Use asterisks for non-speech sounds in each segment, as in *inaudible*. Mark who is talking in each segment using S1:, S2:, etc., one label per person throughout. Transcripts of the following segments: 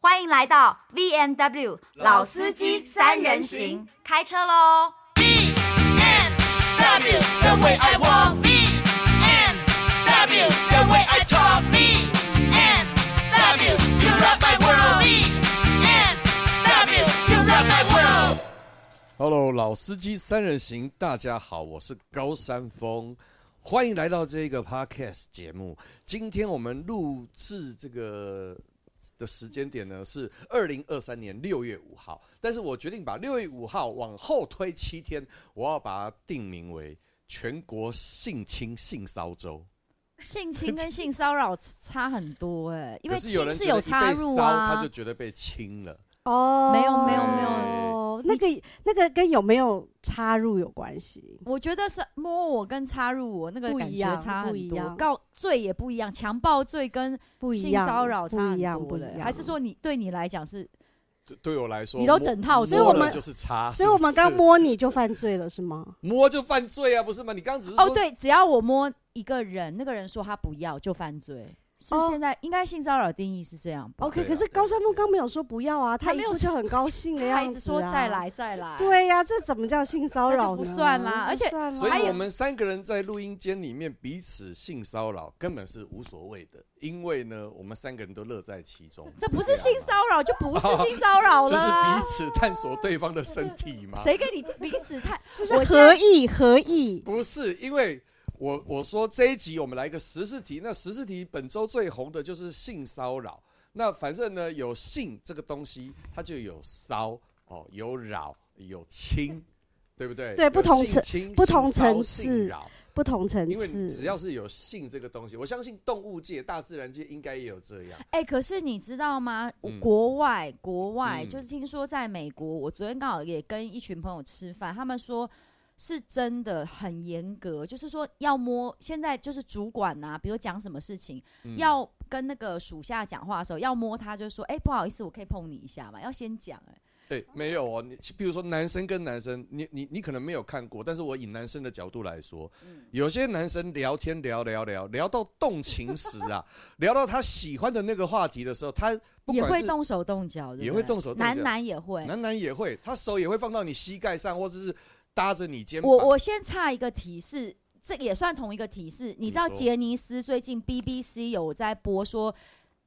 S1: 欢迎来到 V N W 老司机三人行，开车喽！
S2: BMW, the way I walk. BMW, the way I talk. BMW, you rock my world. BMW, you rock my world.
S3: Hello，老司机三人行，大家好，我是高山峰，欢迎来到这个 Podcast 节目。今天我们录制这个的时间点呢是二零二三年六月五号，但是我决定把六月五号往后推七天，我要把它定名为全国性侵性骚周。
S1: 性侵跟性骚扰差很多哎、因为
S3: 可是有
S1: 侵
S3: 人
S1: 是
S3: 觉得
S1: 有
S3: 一
S1: 插
S3: 被
S1: 入
S3: 骚，他
S1: 啊
S3: 就，觉得被侵了。
S4: 哦，
S1: 没有没有
S3: 没有
S4: 有，哦那个那个跟有没有插入有关系。
S1: 我觉得是摸我跟插入我那个
S4: 不
S1: 感
S4: 一
S1: 觉
S4: 样
S1: 差
S4: 不
S1: 很
S4: 一
S1: 多，
S4: 样
S1: 告罪也不一样，强暴罪跟
S4: 不一
S1: 性
S4: 样，
S1: 骚扰差
S4: 不一样，
S1: 很
S4: 不
S1: 多
S4: 一
S1: 嘞，
S4: 样。
S1: 还是说，你对你来讲是
S3: 对对我来说，
S1: 你都
S3: 摸
S1: 整套
S4: 所以我
S3: 摸了
S4: 们
S3: 就是插，
S4: 所以我们刚
S3: 是不是
S4: 摸你就犯罪了是吗？
S3: 摸就犯罪啊，不是吗？你刚刚只是
S1: 哦
S3: 说
S1: 对，只要我摸一个人，那个人说他不要就犯罪，是
S4: 哦
S1: 现在、应该性骚扰定义是这样吧？
S4: OK，
S3: 对啊
S4: 哦可是高山峰刚没有说不要啊，
S1: 他
S4: 他
S1: 没
S4: 一
S1: 有
S4: 副就很高兴的
S1: 他一
S4: 样
S1: 直
S4: 子。啊
S1: 说再，来再来，
S4: 对呀，这怎么叫性骚扰呢？
S1: 那就不算啦而且
S4: 不算啦
S3: 所
S1: 还
S3: 以
S1: 有
S3: 我们三个人在录音间里面彼此性骚扰根本是无所谓的，因为呢，我们三个人都乐在其中。
S1: 这不
S3: 这
S1: 是
S3: 样吗
S1: 性，骚扰，就不是性骚扰
S3: 就是
S1: 了 *laughs*
S3: 彼。此探索对方的身体吗？
S1: 谁跟你彼此太？
S4: 就是
S1: 我现
S4: 合
S1: 在
S4: 意合意，
S3: 不是，因为我我说这一集我们来一个十四题，那十四题本周最红的就是性骚扰。那反正呢，有性这个东西，它就有骚哦，有扰，有侵，对不对？
S4: 对
S3: 有
S4: 不同
S3: 性
S4: 层
S3: 侵
S4: 不同
S3: 性骚
S4: 层
S3: 性
S4: 次
S3: 扰
S4: 不同层
S3: 因为只
S4: 次。
S3: 要是有性这个东西，我相信动物界、大自然界应该也有这
S1: *laughs*
S3: 样。
S1: 哎、可是你知道吗？
S3: 嗯
S1: 国外国外、
S3: 嗯
S1: 就是听说在美国，我昨天刚好也跟一群朋友吃饭，他们说是真的很严格，就是说要摸。现在就是主管呐、比如讲什么事情，
S3: 嗯
S1: 要跟那个属下讲话的时候，要摸他，就说：“哎、不好意思，我可以碰你一下嘛。”要先讲、哎，
S3: 对，没有哦。你比如说男生跟男生，你你你可能没有看过，但是我以男生的角度来说，
S1: 嗯
S3: 有些男生聊天聊聊聊聊到动情时
S1: *laughs*
S3: 啊，聊到他喜欢的那个话题的时候，他不
S1: 也会
S3: 管是
S1: 动哎手动脚，对不
S3: 也会
S1: 对
S3: 动手动
S1: 男
S3: 脚
S1: 男也会。
S3: 男男也会，他手也会放到你膝盖上，或者是搭着你肩膀。
S1: 我我先差一个提示，这也算同一个提示。你知道
S3: 说嗯
S1: 杰尼斯最近 BBC 有在播说，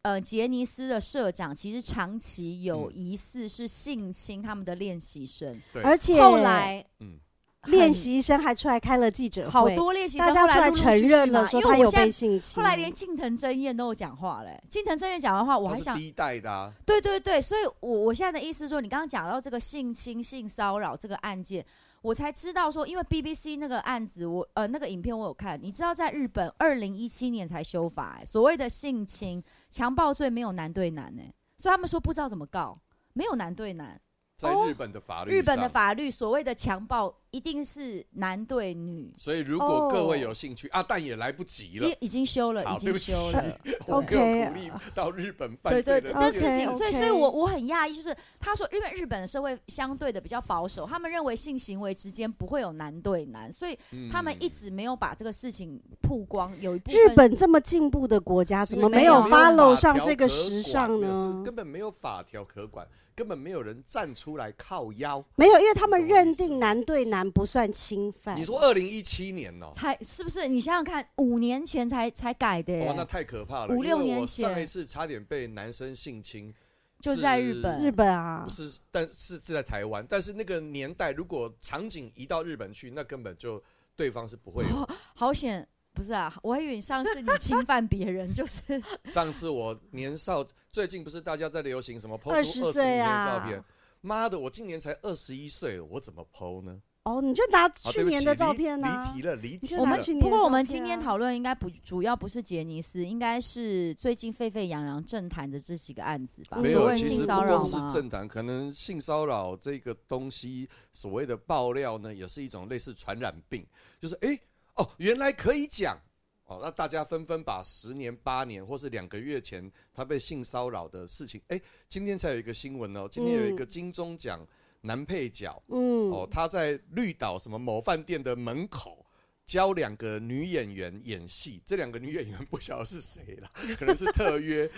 S1: 呃，杰尼斯的社长其实长期有
S3: 嗯
S1: 疑似是性侵他们的练习生，
S3: 对
S4: 而且
S1: 后来
S3: 嗯
S1: 很
S4: 练习生还出来开了记者
S1: 好
S4: 会，
S1: 多练习生
S4: 大家
S1: 后
S4: 出
S1: 来
S4: 来
S1: 陆陆
S4: 承
S1: 续续
S4: 认
S1: 嘛
S4: 了，说
S1: 因为
S4: 他
S1: 我
S4: 有
S1: 现在
S4: 被性侵。
S1: 后来连近藤真彦都有讲话嘞、近藤真彦讲的话，我
S3: 他
S1: 还
S3: 是
S1: 想
S3: 第一代的、啊，
S1: 对对对，所以我我现在的意思是说，你刚刚讲到这个性侵、性骚扰这个案件，我才知道说，因为 BBC 那个案子，我呃那个影片我有看，你知道在日本二零一七年才修法、欸所谓的性侵、强暴罪没有男对男呢、所以他们说不知道怎么告，没有男对男，
S3: 在
S4: 哦
S3: 日本的法律上，
S1: 日本的法律所谓的强暴一定是男对女，
S3: 所以如果
S4: 哦
S3: 各位有兴趣，阿蛋也来不及了
S1: 已。已经修了，已
S3: 好对
S1: 经
S3: 不起
S1: 修了。
S3: 我没有
S4: OK
S3: 鼓励到日本犯
S1: 对
S3: 罪
S1: 对
S3: 的
S1: 对，这
S3: 这
S1: 事
S3: 件
S4: OK，
S3: 事
S1: 情
S3: 情。
S1: 对，
S4: OK
S1: 所以我我很讶异，就是他说，因为日本的社会相对的比较保守，他们认为性行为之间不会有男对男，所以
S3: 嗯
S1: 他们一直没有把这个事情曝光。有一部分
S4: 日本这么进步的国家，啊
S3: 是
S4: 怎
S3: 因
S4: 么
S3: 为
S4: 没
S1: 有
S4: 有
S1: 没有
S4: follow
S3: 法
S4: 上
S3: 条
S4: 这个
S3: 可
S4: 时
S3: 管
S4: 尚
S3: 没有
S4: 呢
S3: 是？根本没有法条可管，根本没有人站出来靠腰。
S4: 没有，因为他
S3: 懂
S4: 们
S3: 我意
S4: 认
S3: 思
S4: 定男对男不算侵犯。
S3: 你说二零一七年哦、
S1: 才是不是？你想想看，五年前才才改的
S4: 哎
S1: 耶、
S3: 哇，哦那太可怕了！
S1: 五六
S3: 因为
S1: 年
S3: 我
S1: 前
S3: 上一次差点被男生性侵，
S1: 就是在日本
S4: 日本啊
S3: 不，是，但是是在台湾，但是那个年代如果场景移到日本去，那根本就对方是不会有。
S1: 好险。不是啊，我还以为你上次你侵犯别人，就是
S3: 上次我年少，最近不是大家在流行什么 PO 出二十
S4: 20
S3: 五
S4: 岁
S3: 天
S4: 啊
S3: 照片？妈的，我今年才二十一岁，我怎么 PO 呢？
S4: 哦，你就拿
S3: 好
S4: 去年的照片
S3: 对不
S4: 啊
S3: 起离离，题了，离
S4: 你 *laughs*
S3: 题
S4: 就
S3: 了。
S1: 我
S4: 拿
S1: 们
S4: 去年
S1: 不
S4: 的
S1: 过我
S4: 照
S1: 们
S4: 片
S1: 今天
S4: 啊
S1: 讨论应该不主要不是杰尼斯，应该是最近沸沸扬扬政坛的这几个案子吧？
S3: 没
S1: 所
S3: 有，
S1: 谓
S3: 其
S1: 性
S3: 实不
S1: 骚扰
S3: 光是
S1: 吗？
S3: 政坛，可能性骚扰这个东西，所谓的爆料呢，也是一种类似传染病，就是诶哦，原来可以讲哦，那大家纷纷把十年、八年或是两个月前他被性骚扰的事情，诶，今天才有一个新闻哦，今天有一个金钟奖男配角、
S4: 嗯
S3: 哦，，他在绿岛什么某饭店的门口。教两 *laughs* 个女演员演戏，这两个女演员不晓得是谁了，可能是特约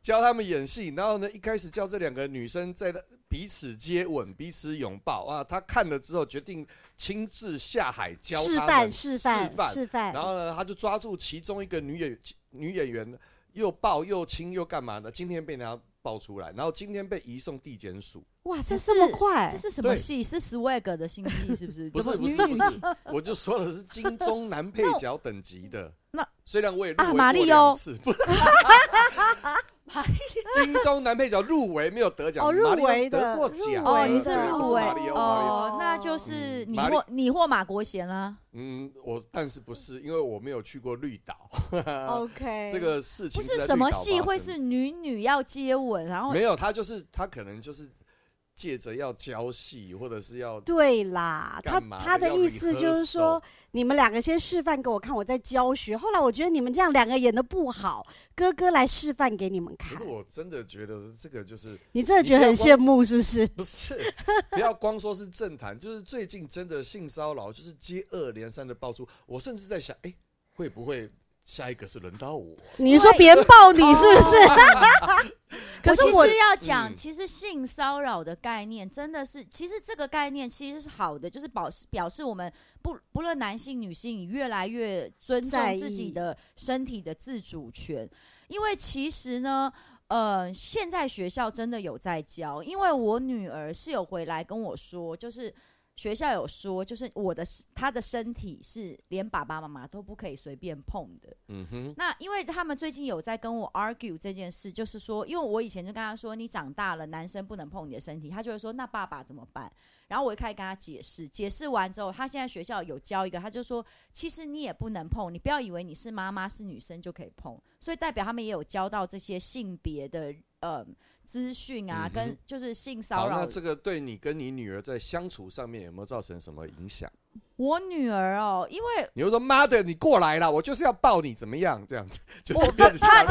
S3: 教他们演戏，然后呢，一开始叫这两个女生在那彼此接吻、彼此拥抱啊，他看了之后决定亲自下海教
S4: 示
S3: 他
S4: 范
S3: 们
S4: 示
S3: 示
S4: 范
S3: 范
S4: 示范，
S3: 然后呢，他就抓住其中一个女演女演员，又抱又亲又干嘛的，今天被人家抱出来，然后今天被移送地检署。
S4: 哇
S1: 这
S4: 塞，这么
S1: 是
S4: 快
S1: 这，是什么
S3: 哎对
S1: 戏？是 swag 的新戏是不是？
S3: *laughs* 不是
S1: 怎么
S3: 不是
S1: 女
S3: 不
S1: 女
S3: 是，我就说的是金钟男配角等级的。
S1: 那
S3: 虽然我也入
S1: 啊
S3: 围
S1: 马
S3: 过
S1: 丽哦
S3: 两
S1: 欧
S3: 次，
S1: *laughs*
S3: 不金钟男配角入围没有得奖，
S4: 哦入
S3: 马丽欧
S4: 围的
S3: 得过
S4: 入
S3: 奖的，
S1: 哦，
S4: 围
S1: 你是
S3: 对
S4: 的
S1: 入
S3: 我
S1: 围
S3: 是马丽欧马丽欧
S1: 哦，那就是
S3: 嗯
S1: 你
S3: 马里
S1: 或你或马国贤啊啦。
S3: 嗯，我但是不是因为我没有去过绿岛，
S4: OK，
S3: 呃这个事情
S1: 不
S3: 在
S1: 是
S3: 绿
S1: 什么
S3: 岛
S1: 戏
S3: 发
S1: 会
S3: 生
S1: 是女女要接吻，然后
S3: 没有，他就是他可能就是借着要教戏，或者是要
S1: 啊
S4: 对啦，他
S3: 干嘛
S4: 他的
S3: 要
S4: 意思就是说，你们两个先示范给我看，我在教学。后来我觉得你们这样两个演的不好，哥哥来示范给你们看
S3: 可是。我真的觉得这个就是
S4: 你真的觉得很羡慕是不是？
S3: 不是不要光说是政坛， *laughs* 就是最近真的性骚扰就是接二连三的爆出，我甚至在想，哎、会不会下一个是轮到我？
S4: 你说别人抱你是不是？
S1: 哦
S4: *laughs* 可是我
S1: 其实要讲，
S3: 嗯
S1: 其实性骚扰的概念真的是，其实这个概念其实是好的，就是表示表示我们不不论男性女性越来越尊
S4: 在
S1: 重
S4: 意
S1: 自己的身体的自主权，因为其实呢。呃，现在学校真的有在教，因为我女儿是有回来跟我说，就是学校有说，就是我的她的身体是连爸爸妈妈都不可以随便碰的，
S3: 嗯哼，
S1: 那因为他们最近有在跟我 argue 这件事，就是说，因为我以前就跟他说，你长大了，男生不能碰你的身体，他就会说，那爸爸怎么办？然后我就开始跟他解释，解释完之后，他现在学校有教一个，他就说，其实你也不能碰，你不要以为你是妈妈是女生就可以碰，所以代表他们也有教到这些性别的呃资讯啊
S3: 嗯，哼
S1: 跟就是性骚
S3: 好，
S1: 扰
S3: 那。这个对你跟你女儿在相处上面有没有造成什么影响？
S1: 我女儿哦，因为
S3: 你会说妈的，你过来啦，我就是要抱你，怎么样？这样子 *laughs* 就是变成强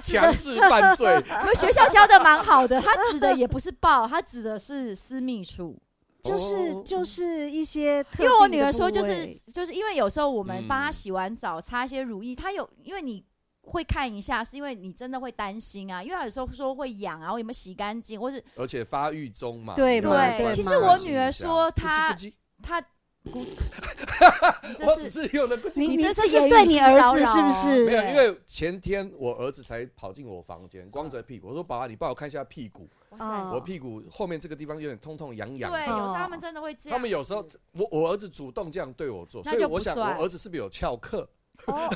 S3: 制 *laughs* 强制犯罪。
S1: 我们学校教的蛮好的，她指的也不是抱，她指的是私密处。
S4: *laughs* 就是
S3: 哦
S4: 就是一些特定的部位，
S1: 因为我女儿说，就是就是因为有时候我们
S3: 嗯
S1: 帮她洗完澡，擦一些乳液，她有因为你会看一下，是因为你真的会担心啊，因为她有时候说会痒啊，我有没有洗干净，或是
S3: 而且发育中嘛。
S4: 对
S3: 你
S4: 嘛
S3: 要关
S4: 对
S3: 注
S4: 其实
S3: 一下
S4: 我
S1: 女儿说她
S3: 咕叽咕叽
S1: 她，
S3: *laughs*
S1: 咕你
S3: 我
S1: 这
S3: 只
S1: 是
S3: 是用了咕叽。
S4: 你
S1: 你
S4: 你
S1: 这
S4: 这
S1: 是
S4: 是
S1: 言
S4: 对
S1: 语
S4: 你
S1: 性
S4: 儿
S1: 骚
S4: 子是
S1: 扰
S4: 不
S1: 哦
S4: 是？
S3: 没有，因为前天我儿子才跑进我房间，光着屁股。我说：“爸爸，你帮我看一下屁股，
S4: 哦
S1: 哇塞，
S3: 我屁股后面这个地方有点痛痛嗯痒
S1: 嗯
S3: 痒。”啊
S1: 对，有时候
S4: 哦
S1: 他们真的会这样，
S3: 他们有时候，我我儿子主动这样对我做，
S1: 那
S3: 所以
S1: 就不
S3: 我想我
S1: 算
S3: 儿子是不是有翘课？
S4: 哦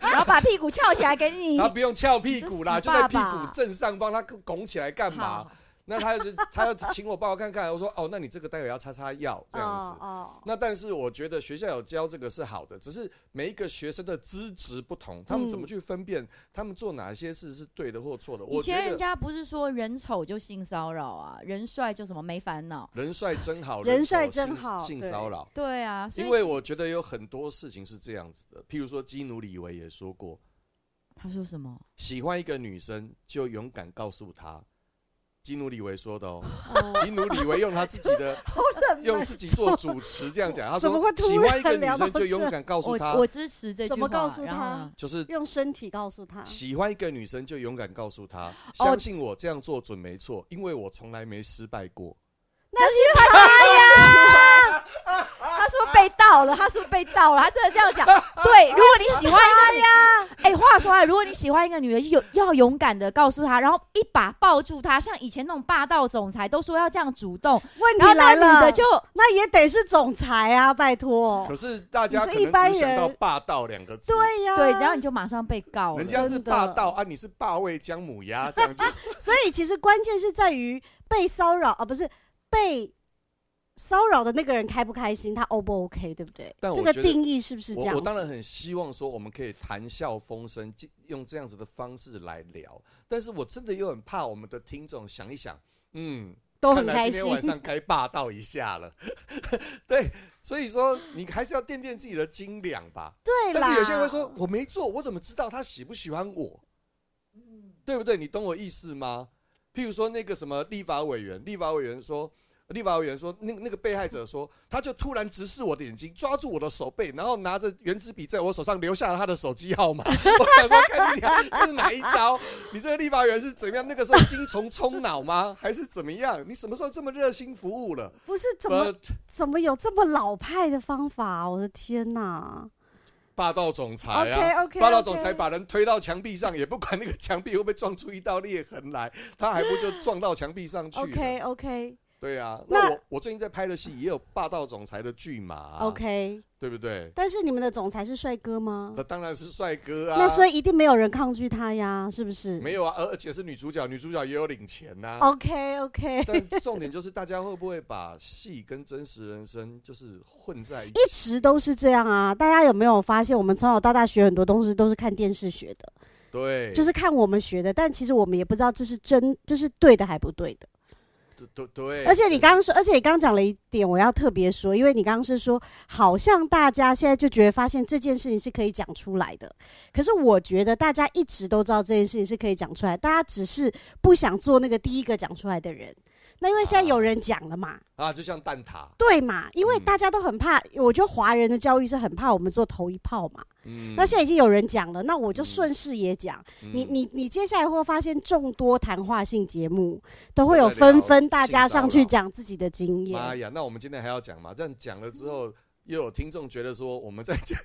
S1: 然后把屁股翘起来给你
S3: 他。不用翘屁股啦，
S1: 你
S3: 就
S1: 这
S3: 在
S1: 死
S3: 屁
S1: 爸爸
S3: 股正上方，他拱起来 *laughs* 干嘛
S1: 好？
S3: 那他就他要请我帮我看看，我说：“哦，那你这个待会要擦擦药这样子。”
S4: 哦
S3: 那但是我觉得学校有教这个是好的，只是每一个学生的资质不同，他们怎么
S1: 嗯
S3: 去分辨他们做哪些事是对的或错的？
S1: 以
S3: 我觉
S1: 前人
S3: 得
S1: 家不是说人丑就性骚扰啊，人帅就什么没烦恼。
S3: 人帅真好，
S4: 人
S3: 丑
S4: 帅
S3: 性
S4: 真好
S3: 性
S4: 对
S3: 骚扰。
S1: 对啊，所以
S3: 因为我觉得有很多事情是这样子的，譬如说基努里维也说过，
S1: 他说什么？
S3: 喜欢一个女生就勇敢告诉她。基努里维说的哦，
S4: 哦
S3: *laughs* 基努里维用他自己
S4: *laughs*
S3: 的 *laughs* 用自己做主持这样讲，他
S4: 怎么
S3: 说
S4: 会突
S3: 喜欢一个
S4: 然
S3: 女
S4: 聊到
S3: 生就勇
S4: 这
S3: 敢告诉
S1: 我
S3: 她，
S1: 我支持这句话。
S4: 怎么告诉
S1: 然后
S4: 他
S1: 呢
S3: 就是
S4: *laughs* 用身体告诉他，
S3: 喜欢一个女生就勇敢告诉
S4: 哦
S3: 她，相信我这样做准没错，因为我从来没失败过。
S4: 那是
S1: 他是不是被盗了？他是不是被盗了？他真的这样
S3: *laughs*
S1: 讲？对，如果你喜欢一个女，哎、话说啊，如果你喜欢一个女的，有要勇敢的告诉她，然后一把抱住她，像以前那种霸道总裁都说要这样主动，
S4: 问题
S1: 然后
S4: 来
S1: 那女
S4: 了，
S1: 的就
S3: 啊
S4: 那也得是总裁啊，拜托。
S3: 可是大家可
S4: 你说一般
S3: 能只想
S4: 人
S3: 到霸道两个字，
S4: 对呀、
S1: 对，然后你就马上被告了
S3: 人。家是
S4: 真的
S3: 霸道啊，你是霸位姜母
S4: *laughs*
S3: 鸭这样子。
S4: 所以其实关键是在于被骚扰啊，不是被骚扰的那个人开不开心，他 O 不 OK，对不对？
S3: 但我
S4: 这个
S3: 觉得
S4: 定义是不是这样
S3: 我
S4: 子？
S3: 我当然很希望说我们可以谈笑风生，尽用这样子的方式来聊，但是我真的又很怕我们的听众想一想，嗯，
S4: 都很
S3: 看来
S4: 开
S3: 今
S4: 心
S3: 天。晚上该霸道一下了。 *laughs* 对，所以说你还是要掂掂自己的斤两吧。
S4: *laughs* 对啦，
S3: 但是有些人会说，我没做，我怎么知道他喜不喜欢我？
S4: 嗯
S3: 对不对？你懂我意思吗？譬如说那个什么立法委员，立法委员说，立法委员说，那那个被害者说，他就突然直视我的眼睛，抓住我的手背，然后拿着圆珠笔在我手上留下了他的手
S4: *laughs*
S3: 机号码。我想说，看你俩这是哪一招？你这个立法委员是怎么样？那个时候精虫充脑吗？还是怎么样？你什么时候这么热心服务了？
S4: 不是怎么
S3: 呃，
S4: 怎么有这么老派的方法啊？我的天哪！
S3: 霸道总裁啊
S4: OK，OK，OK
S3: 霸道总裁把人推到墙壁上，也不管那个墙壁会不会撞出一道裂痕来，他还不就撞到墙壁上去了
S4: OK OK
S3: 对啊，
S4: 那
S3: 那我我最近在拍的戏也有霸道总裁的剧嘛、
S4: OK，
S3: 对不对？
S4: 但是你们的总裁是帅哥吗
S3: 那？当然是帅哥
S4: 哦
S3: 啊。
S4: 那所以一定没有人抗拒他呀，是不是？
S3: 没有啊，而而且是女主角，女主角也有领钱呐、
S4: 哦 OK OK，
S3: 啊但重点就是大家会不会把戏跟真实人生就是混在一
S4: *laughs* 一
S3: 起？
S4: 直都是这样啊。大家有没有发现，我们从小到大学很多东西都是看电视学的，
S3: 对，
S4: 就是看我们学的，但其实我们也不知道这是真，这是对的还不对的。
S3: 对对对。
S4: 而且你刚刚说，而且你刚刚讲了一点，我要特别说，因为你刚刚是说，好像大家现在就觉得发现这件事情是可以讲出来的，可是我觉得大家一直都知道这件事情是可以讲出来，大家只是不想做那个第一个讲出来的人。那因为现在有人讲了嘛，
S3: 啊，就像蛋挞，
S4: 对嘛？因为
S3: 嗯
S4: 大家都很怕，我觉得华人的教育是很怕我们做头一炮嘛。
S3: 嗯，
S4: 那现在已经有人讲了，那我就
S3: 嗯
S4: 顺势也讲。
S3: 嗯
S4: 你你你接下来会发现，众多谈话性节目都会有
S3: 都在聊
S4: 纷纷大家
S3: 性骚
S4: 上
S3: 扰
S4: 去讲自己的经验。
S3: 妈呀，那我们今天还要讲吗？这样讲了之后，又有听众觉得说我们在 *laughs* 讲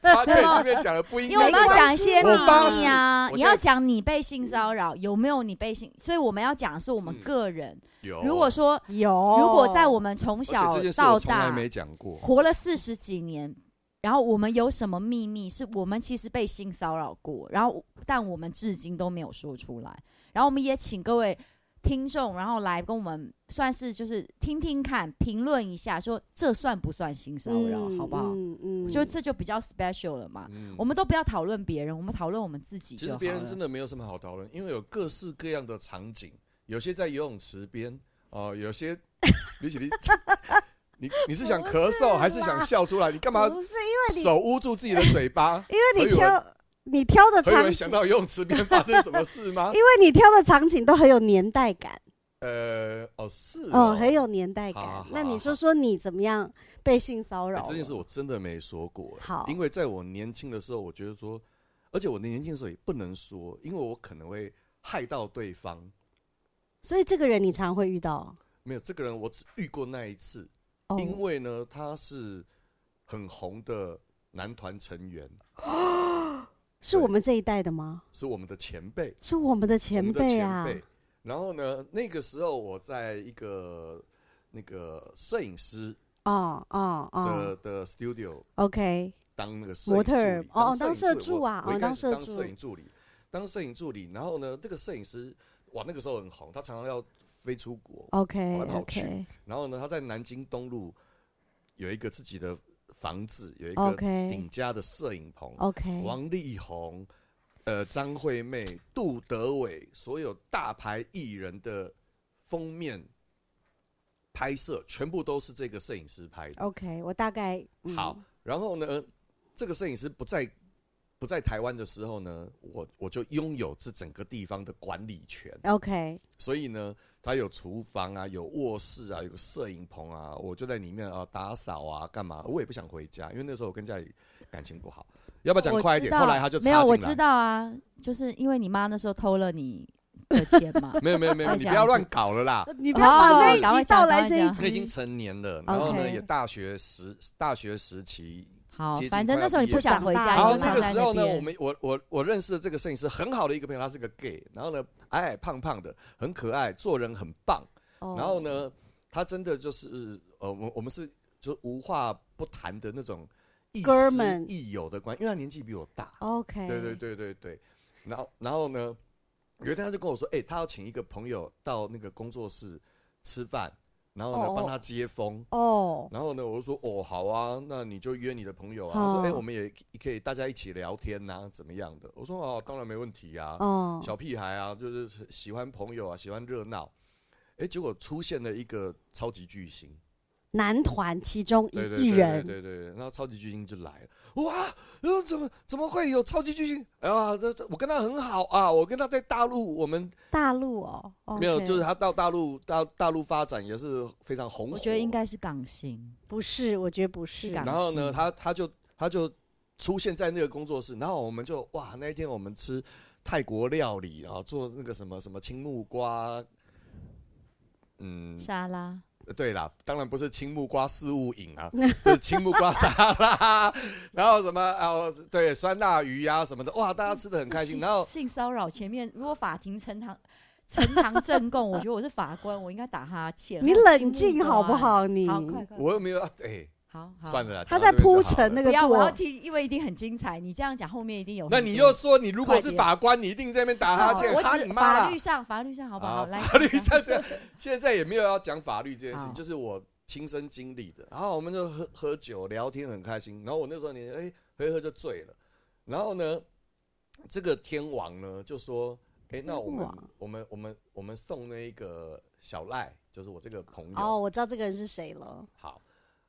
S3: 他可以这边讲的不应
S1: 因为我
S3: 该
S1: 们要
S3: 讲。
S1: 讲一些秘
S3: 我发
S1: 密啊，
S3: 誓
S1: 你要讲你被性骚扰有没有你被性，所以我们要讲的是我
S3: 嗯
S1: 们个人。
S3: 有
S1: 如果说
S4: 有，
S1: 如果在我们从
S3: 哦而
S1: 小
S3: 且这件事
S1: 到
S3: 我从来
S1: 大
S3: 没讲过。
S1: 活了四十几年，然后我们有什么秘密是我们其实被性骚扰过，然后但我们至今都没有说出来。然后我们也请各位听众，然后来跟我们算是就是听听看，评论一下，说这算不算性骚扰，
S4: 嗯
S1: 好不好？
S4: 嗯嗯
S1: 我觉得这就比较 special 了嘛。
S3: 嗯
S1: 我们都不要讨论别人，我们讨论我们自己
S3: 其
S1: 就好
S3: 实
S1: 了。
S3: 别人真的没有什么好讨论，因为有各式各样的场景，有些在游泳池边，哦、有些比起你，你你是想咳
S4: 不是
S3: 嗽
S4: 啦
S3: 还是想笑出来？你干嘛啊
S4: 不是因为你
S3: 手捂住自己的
S4: *laughs*
S3: 嘴巴？
S4: 因为你
S3: 何以为
S4: 挑你挑的
S3: 何以
S4: 场
S3: 为
S4: 景
S3: 啊想，到啊游泳池边发生什么事吗
S4: *laughs* 因？为你挑的场景都很有年代感，
S3: 呃，哦，是哦，
S4: 哦，很有年代
S3: 好好
S4: 感
S3: 好。
S4: 那你
S3: 好
S4: 说说你怎么样被性骚扰
S3: 哎
S4: 了？
S3: 这件事我真的没说过。哎
S4: 好
S3: 因为在我年轻的时候，我觉得说，而且我年轻的时候也不能说，因为我可能会害到对方。
S4: 所以这个人你常会遇到。
S3: 没有，这个人我只遇过那一次，
S4: 哦
S3: 因为呢，他是很红的男团成员，
S4: 是我们这一代的吗？
S3: 是我们的前辈，
S4: 是我们的
S3: 我
S4: 前
S3: 们的
S4: 辈啊
S3: 前。辈。然后呢，那个时候我在一个那个摄影师
S4: 哦哦
S3: 的、
S4: 哦
S3: 的 studio
S4: ，OK，
S3: 当那个摄影
S4: 模特儿
S3: 助理
S4: 哦
S3: 当
S4: 当
S3: 摄影
S4: 社助啊
S3: 我我一
S4: 哦
S3: 开
S4: 当
S3: 始
S4: 社
S3: 当
S4: 助
S3: 摄影助理，当摄影助理。然后呢，这个摄影师哇，那个时候很红，他常常要飞出国，
S4: OK
S3: 蛮好去
S4: OK
S3: 然后呢，他在南京东路有一个自己的房子，有一个
S4: OK
S3: 顶家的摄影棚。
S4: OK，
S3: 王力宏、呃张惠妹、杜德伟，所有大牌艺人的封面拍摄，全部都是这个摄影师拍的。
S4: OK，我大概嗯
S3: 好，然后呢，这个摄影师不在不在台湾的时候呢，我我就拥有这整个地方的管理权。
S4: OK，
S3: 所以呢，它有厨房啊，有卧室啊，有个摄影棚啊，我就在里面啊打扫啊，干嘛？我也不想回家，因为那时候我跟家里感情不好。要不要讲
S1: 哦我
S3: 快一
S1: 知
S3: 点？
S1: 道
S3: 后来他就
S1: 没
S3: 插
S1: 有，我
S3: 进来
S1: 知。道啊，就是因为你妈那时候偷了你的钱 *laughs* 嘛。
S3: 没有没有没有，
S1: 再
S3: 你
S1: 讲
S3: 不要乱搞了啦。
S4: 你不要把这一
S1: 哦赶快
S4: 集
S1: 讲
S4: 到来
S1: 赶快
S4: 这一
S1: 讲
S3: 他已经
S4: 集，
S3: 成年了，然后呢
S4: OK
S3: 也大学时大学时期。
S1: 好
S3: 接近，
S1: 反正
S3: 快
S1: 那
S3: 要
S1: 时候你
S3: 毕
S1: 不
S3: 业
S1: 想回
S4: 长大
S1: 家，
S3: 然
S4: 了
S1: 你就
S3: 后那
S1: 躺
S3: 个
S1: 在
S3: 时候呢，
S1: 边
S3: 我们我我我认识的这个摄影师很好的一个朋友，他是个 gay，然后呢矮矮胖胖的，很可爱，做人很棒。
S4: 哦
S3: 然后呢，他真的就是呃，我们我们是就是无话不谈的那种亦
S4: 哥
S3: 师
S4: 们
S3: 亦友的关系，因为他年纪比我大。
S4: ？OK，
S3: 对对对对对。然后然后呢，有一天他就跟我说，哎、他要请一个朋友到那个工作室吃饭，然后呢
S4: 哦哦
S3: 帮他接风。
S4: 哦
S3: 然后呢，我就说哦，好啊，那你就约你的朋友啊。
S4: 哦
S3: 他说，哎、我们也可以大家一起聊天呐、怎么样的？我说哦，当然没问题啊，
S4: 哦
S3: 小屁孩啊，就是喜欢朋友啊，喜欢热闹。哎，结果出现了一个超级巨星，
S4: 男团其中
S3: 对
S4: 一
S3: 对
S4: 一
S3: 对对
S4: 人，
S3: 对对，然后超级巨星就来了，哇，呃、怎么怎么会有超级巨星啊？这这我跟他很好啊，我跟他在大陆，我们
S4: 大陆哦，
S3: 没有，
S4: OK
S3: 就是他到大陆大大陆发展也是非常红火。啊
S1: 我觉得应该是港星，
S4: 不是，我觉得不是
S1: 是。港
S3: 然后呢，
S1: 星
S3: 他他就他就出现在那个工作室，然后我们就哇，那一天我们吃泰国料理啊，做那个什么什么青木瓜，嗯，
S1: 沙拉。
S3: 对啦，当然不是青木瓜四物饮啊，是青木瓜沙拉，然后什么啊，对，酸辣鱼呀、什么的，哇，大家吃的很开心，
S1: 性
S3: 然后
S1: 性骚扰前面，如果法庭呈堂呈堂证供， *laughs* 我觉得我是法官，我应该打哈欠。
S4: 你
S1: 我
S4: 冷
S1: 心
S4: 静
S1: 目
S4: 好不
S1: 不安？
S4: 好？你
S1: 好，快快，
S3: 我又没有，哎，
S1: 好好
S3: 算。了啦，
S4: 他
S3: 讲
S4: 在
S3: 到这边
S4: 铺
S3: 就好了
S4: 陈那
S1: 不
S4: 个
S1: 要，我要
S4: 过，
S1: 听，因为一定很精彩。你这样讲，后面一定有很多。
S3: 那你又说你如果
S1: 快
S3: 是
S1: 点
S3: 法官，你一定在那边打哈
S1: 好
S3: 欠，
S1: 我
S3: 哈
S1: 只
S3: 你妈
S1: 法
S3: 啦
S1: 律！上，法律上好不
S3: 啊
S1: 好？来，
S3: 法律
S1: 讲
S3: 上这样，现在也没有要讲法律这件事情，
S1: 好
S3: 就是我亲身经历的。然后我们就喝喝酒聊天，很开心。然后我那时候年哎、喝一喝就醉了。然后呢，这个天王呢就说：“哎、那我们
S4: 天王
S3: 我们我们我们送那一个小赖，就是我这个朋友，
S4: 哦，我知道这个人是谁了。
S3: 好。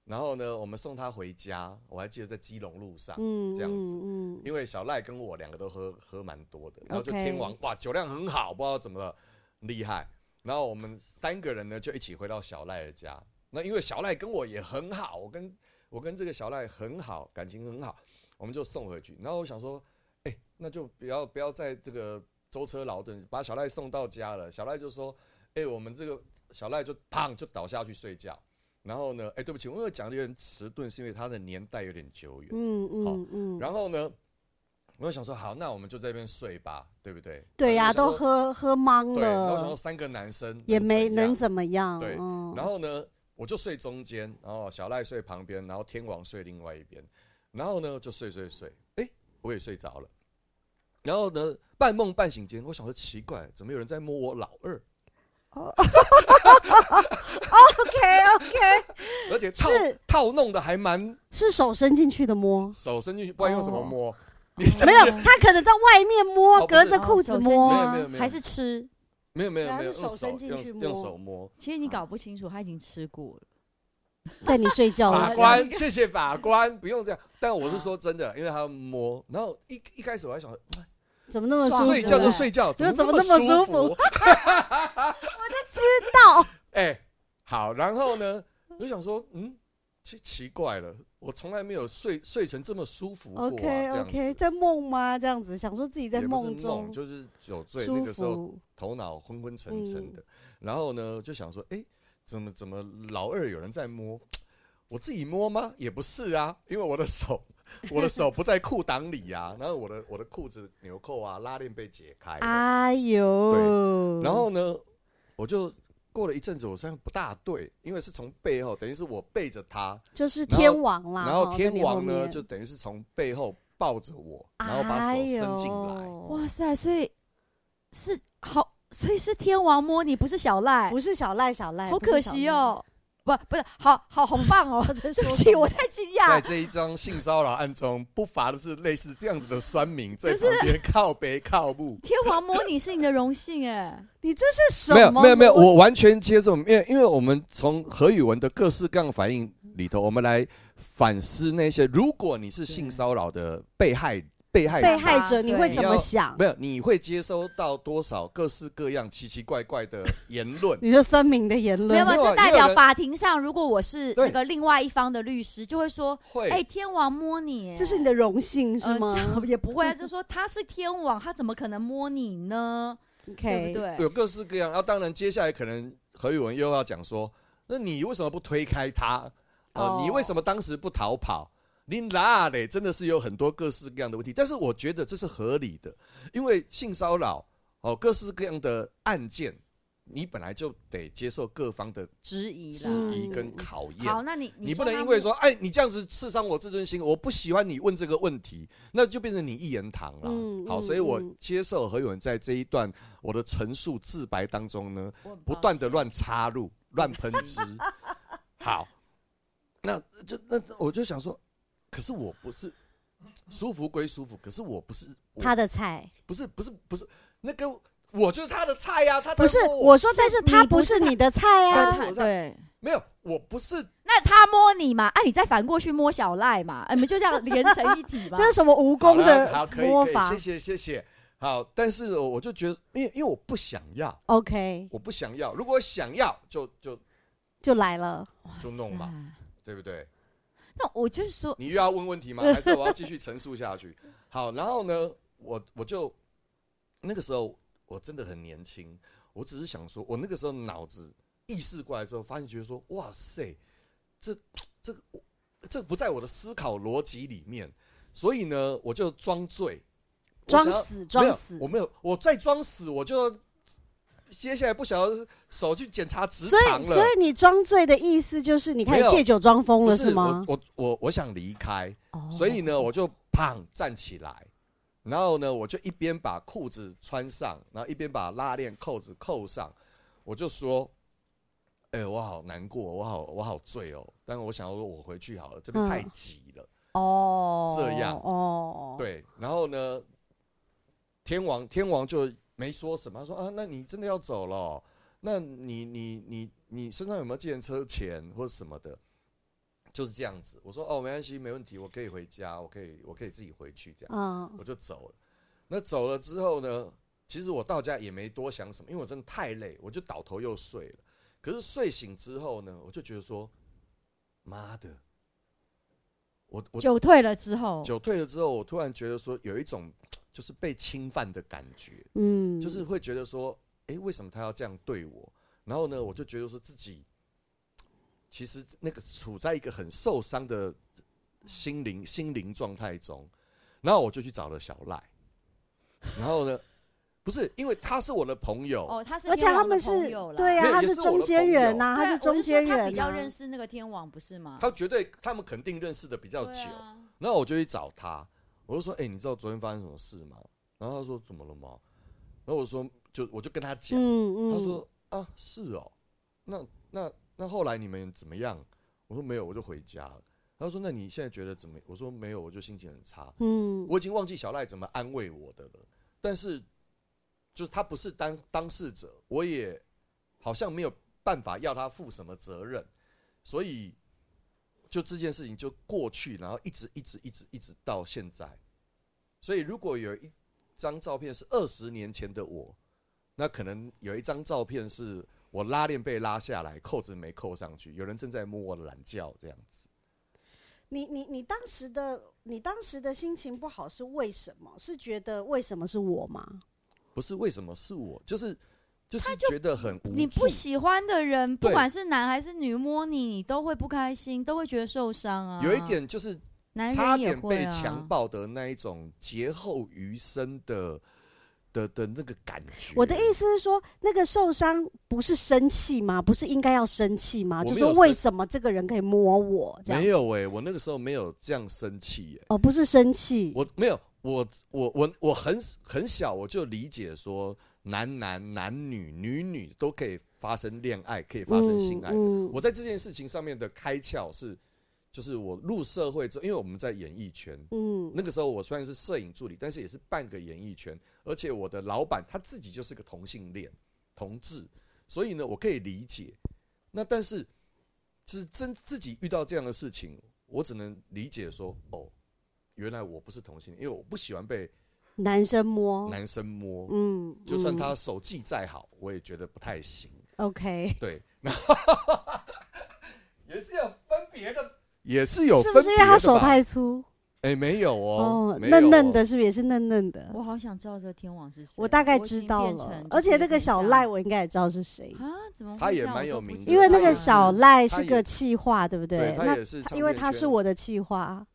S3: 然后呢，我们送他回家。我还记得在基隆路上，
S4: 嗯，
S3: 这样子
S4: 嗯嗯，
S3: 因为小赖跟我两个都喝喝蛮多的，然后就
S4: OK
S3: 天王哇酒量很好，不知道怎么了厉害。然后我们三个人呢就一起回到小赖的家。那因为小赖跟我也很好，我跟我跟这个小赖很好，感情很好，我们就送回去。然后我想说，哎、那就不要不要在这个舟车劳顿，把小赖送到家了。小赖就说，哎、我们这个小赖就砰就倒下去睡觉。然后呢，哎、对不起，我有讲的有点迟钝，是因为他的年代有点久远。
S4: 嗯嗯嗯，
S3: 然后呢，我就想说，好，那我们就在这边睡吧，对不对？
S4: 对呀、
S3: 我就想
S4: 都
S3: 说
S4: 喝喝懵
S3: 对。然后我想说，
S4: 了，
S3: 三个男生
S4: 也没
S3: 怎样
S4: 能怎么样。
S3: 对
S4: 嗯
S3: 然后呢，我就睡中间，然后小赖睡旁边，然后天王睡另外一边，然后呢就睡睡睡，哎，我也睡着了。然后呢，半梦半醒间，我想说奇怪，怎么有人在摸我老二？ *laughs*
S4: OK OK，
S3: 而且套
S4: 是
S3: 套弄的还蛮
S4: 是手伸进去的摸，
S3: 手伸进去，不知道用什么
S4: 哦
S3: 摸，
S4: 没有，他可能在外面摸，
S3: 哦不
S4: 隔
S3: 是
S4: 着裤子摸
S3: 没有没有
S4: 啊。
S3: 没有，
S1: 还是吃？
S3: 没有没有
S4: 对啊
S3: 没有
S4: 是
S3: 用
S4: 手伸进
S3: 用
S4: 去
S3: 用
S4: 摸
S3: 手摸。
S1: 其实你搞不清楚，他已经吃过了。
S4: 在你睡觉的
S3: 法
S4: 时候，
S3: 官，谢谢法官，不用这样。但我是说真的，因为他摸，然后一一开始我还想
S4: 怎么那么
S1: 爽
S4: 哦舒服？
S3: 睡觉就
S1: 对
S3: 睡觉，
S4: 觉得怎
S3: 怎
S4: 么那么
S3: 舒
S4: 舒服？ *laughs*
S1: 知
S4: 到
S3: *laughs* 哎，好，然后呢，我就想说，嗯，奇奇怪了，我从来没有睡睡成这么舒服过啊，这
S4: OK
S3: 样子
S4: OK，在梦吗？这样子想说自己在
S3: 也不是
S4: 中
S3: 梦就是酒醉，那
S4: 舒
S3: 个时候
S4: 服，
S3: 头脑昏昏沉
S4: 嗯
S3: 沉的，然后呢就想说，哎，怎么怎么老二有人在摸？我自己摸吗？也不是啊，因为我的手， *laughs* 我的手不在裤裆里啊，然后我的我的裤子纽扣啊拉链被解开了，
S4: 哎呦，
S3: 然后呢，我就过了一阵子，我发现不大对，因为是从背后，等于是我背着他，
S4: 就是
S3: 然后
S4: 天王啦，
S3: 然后
S4: 哈
S3: 天王呢，就
S4: 哦在
S3: 等于是从背后抱着我，
S4: 你
S3: 然
S4: 后
S3: 后
S4: 面
S3: 把手
S4: 哎
S3: 伸
S4: 呦
S3: 进来。
S1: 哇塞，所以是好，所以是天王摸你，不是小赖，
S4: 不是小赖小赖，
S1: 好
S4: 哎不是
S1: 可
S4: 小
S1: 惜
S4: 赖，
S1: 哦。不，不是，好好好
S4: *laughs*
S1: 棒哦！
S4: 在
S1: 对
S4: 说
S1: 不
S4: 什
S1: 起，
S4: 么
S1: 我太惊
S3: 在
S1: 讶。
S3: 这一桩性骚扰案中，不乏的是类似这样子的酸民在
S1: 就是
S3: 旁边靠背靠步。
S1: 天王摸你是你的荣
S4: *laughs*
S1: 幸哎，
S4: 你这是什
S3: 没有
S4: 么？
S3: 没有没有，我完全接受，因为因为我们从何宇文的各式各样反应里头，我们来反思那些，如果你是性骚扰的被害被害
S4: 被
S3: 者。
S4: 害者，你会
S1: 对
S4: 怎么想？
S3: 哎没？有，你会接收到多少各式各样奇奇怪怪的言论
S4: *laughs* 你说酸民的言
S1: 没
S4: 论
S1: 有没
S3: 没有
S1: 有，
S3: 啊
S1: 这代
S3: 也有
S1: 表
S3: 人
S1: 法庭上，如果我是
S3: 对
S1: 那个另外一方的律师，就会说，
S3: 会，
S1: 哎，天王摸你哎，
S4: 这是你的荣幸是
S1: 呃
S4: 吗
S1: 这样也不会啊，就说他是天王，他怎么可能摸你呢？对
S4: ？OK，
S1: 不对？
S3: 有各式各样。然后当然，接下来可能何宇文又要讲说，那你为什么不推开他？哦
S4: 哦，
S3: 你为什么当时不逃跑？你哪嘞？真的是有很多各式各样的问题，但是我觉得这是合理的，因为性骚扰哦，各式各样的案件，你本来就得接受各方的
S1: 质疑
S3: 质
S1: 啦。
S3: 疑跟考验。
S1: 好，那你
S3: 你不
S1: 说
S3: 能
S1: 他
S3: 因为
S1: 摸
S3: 说，哎，你这样子刺伤我自尊心，我不喜欢你问这个问题，那就变成你一言堂了。
S4: 嗯
S3: 好，
S4: 嗯
S3: 所以我
S4: 嗯
S3: 接受何勇在这一段我的陈述自白当中呢，
S1: 我很抱
S3: 不
S1: 歉
S3: 断的乱插入、乱喷
S4: *laughs*
S3: 汁。好，那就那我就想说，可是我不是舒服归舒服，可是我不是，我
S4: 他的菜
S3: 不是不是不是那个，我就是他的菜呀、啊，他才
S4: 不是
S3: 摸
S4: 我说，但是
S1: 你
S4: 他
S1: 不
S4: 不
S1: 是
S4: 是你的菜
S1: 对
S4: 啊
S3: 他。
S1: 他对，
S3: 没有，我不是
S1: 那他摸你嘛，啊，你再反过去摸小赖嘛，哎，你们就这样连成一体
S4: *laughs*
S1: 嘛
S4: 这。是什么蜈
S3: 好
S4: 蚣
S3: 了，好，
S4: 的
S3: 可以，
S4: 摸
S3: 可以，
S4: 法
S3: 谢谢，谢谢。好，但是我就觉得，因为因为我不想要，
S4: ？OK，
S3: 我不想要。如果想要，就就
S4: 就来了。
S3: 就弄嘛
S1: 哇塞。
S3: 对不对？
S1: 啊那我就是说，
S3: 你又要问问题吗？还是我要继续陈述下去？好，然后呢，我我就那个时候我真的很年轻，我只是想说，我那个时候脑子意识过来之后，发现觉得说，哇塞，这这个我这不在我的思考逻辑里面，所以呢，我就装醉，我
S4: 装
S3: 想要
S4: 死
S3: 没有
S4: 装死
S3: 我没有，我再装死，我就接下来不晓得手去检查直
S4: 所
S3: 肠
S4: 以，
S3: 了，
S4: 所以你装醉的意思就是你开
S3: 没
S4: 始
S3: 有
S4: 借酒装疯
S3: 不
S4: 了
S3: 是
S4: 吗？
S3: 我我我我想离开，
S4: 哦
S3: 所以呢，我就砰站起来，然后呢，我就一边把裤子穿上，然后一边把拉链扣子扣上，我就说：“哎、我好难过，我好我好醉哦，但我想要我回去好了，这边
S4: 嗯
S3: 太挤了。
S4: 哦，
S3: 这样
S4: 哦，
S3: 对，然后呢，天王天王就没说什么，他说：“啊，那你真的要走了哦、那你你你你身上有没有计程车钱或者什么的？”就是这样子，我说哦，没关系，没问题，我可以回家，我可以，我可以自己回去这样。
S4: 嗯
S3: 我就走了。那走了之后呢，其实我到家也没多想什么，因为我真的太累，我就倒头又睡了。可是睡醒之后呢，我就觉得说，妈的，我我
S1: 酒退了之后，
S3: 酒退了之后，我突然觉得说有一种就是被侵犯的感觉，
S4: 嗯，
S3: 就是会觉得说，诶，为什么他要这样对我？然后呢，我就觉得说自己其实那个处在一个很受伤的心灵心灵状态中，然后我就去找了小赖，然后呢，不是因为他是我的朋友，
S1: 哦，他是
S4: 而且
S1: 天王
S4: 他们
S1: 的朋
S4: 是
S1: 友啦
S4: 对
S1: 对
S4: 啊，
S1: 啊，
S3: 没有
S4: 他
S3: 也是我的
S4: 中间人呐，他
S1: 我
S4: 是
S1: 是
S4: 中间
S1: 说
S4: 人啊，
S1: 他比较认识那个天王不是吗？
S3: 他绝对他们肯定认识的比较
S1: 对
S3: 久，
S1: 啊
S3: 然后我就去找他，我就说：“哎、你知道昨天发生什么事吗？”然后他说：“怎么了吗？”然后我说：“就我就跟他
S4: 嗯
S3: 讲。
S4: 嗯，
S3: 他说：“啊，是哦，那那那后来你们怎么样？”我说：“没有，我就回家了。”他说：“那你现在觉得怎么？”我说：“没有，我就心情很差。
S4: 嗯，
S3: 我已经忘记小赖怎么安慰我的了，但是就是他不是当当事者，我也好像没有办法要他负什么责任，所以就这件事情就过去，然后一直一直一直一直到现在。所以如果有一张照片是二十年前的我，那可能有一张照片是我拉链被拉下来，扣子没扣上去，有人正在摸我的懒觉这样子。
S4: 你你你当时的你当时的心情不好是为什么？是觉得为什么是我吗？
S3: 不是为什么是我，就是就是觉得很无
S1: 你
S3: 助
S1: 不喜欢的人，不
S3: 对
S1: 管是男还是女，摸你，你都会不开心，都会觉得受伤
S4: 嗯
S1: 啊。
S3: 有一，点就是
S1: 男
S3: 差
S1: 人也
S3: 点
S1: 会
S3: 被
S1: 啊。
S3: 强暴的那一种劫后余生的的的那个感觉。
S4: 我的意思是说，那个受伤不是生气吗？不是应该要生气吗？
S3: 我
S4: 就
S3: 没有
S4: 说
S3: 生
S4: 为什么这个人可以摸我这
S3: 没
S4: 样？
S3: 有哎、我那个时候没有这样生气耶、
S4: 哦，不是生气，
S3: 我没有，我我我我很很小我就理解说男男男女女女都可以发生恋爱，可以发生性爱。
S4: 嗯嗯
S3: 我在这件事情上面的开窍是，就是我入社会之后，因为我们在演艺圈，
S4: 嗯
S3: 那个时候我虽然是摄影助理，但是也是半个演艺圈，而且我的老板他自己就是个同性恋同志，所以呢，我可以理解。那但是，就是真自己遇到这样的事情，我只能理解说，哦，原来我不是同性恋，因为我不喜欢被
S4: 男生摸，
S3: 男生摸，
S4: 嗯，
S3: 就算
S4: 嗯
S3: 他手技再好，我也觉得不太行。
S4: OK， *laughs*
S3: 对， *laughs* 然后也是有分别的，也是有
S4: 是不
S3: 分别的吧。
S4: 是因为他手太粗？
S3: 哎、没有哦，没有
S4: 嫩嫩
S3: 哦
S4: 的，是不是也是嫩嫩的？
S1: 我好想知道这个天王是谁。
S4: 我大概
S1: 已
S4: 知
S1: 经
S4: 道
S1: 变成
S4: 了
S1: 就，
S4: 而
S1: 是
S4: 且
S1: 有
S4: 那个
S1: 点
S4: 小
S1: 像
S4: 赖我应该也知道是谁，
S1: 啊，怎么会
S3: 他也
S1: 这样
S3: 蛮
S1: 我
S3: 有
S1: 都不
S3: 名
S1: 知啊
S3: 的
S4: 因为那
S3: 他
S4: 个
S3: 也
S4: 小
S3: 是
S4: 赖
S3: 他
S4: 是
S3: 也
S4: 个气话，对不对？
S3: 对他也是
S4: 他
S3: 唱
S4: 因为
S3: 片
S4: 他
S3: 圈
S4: 是我的气话，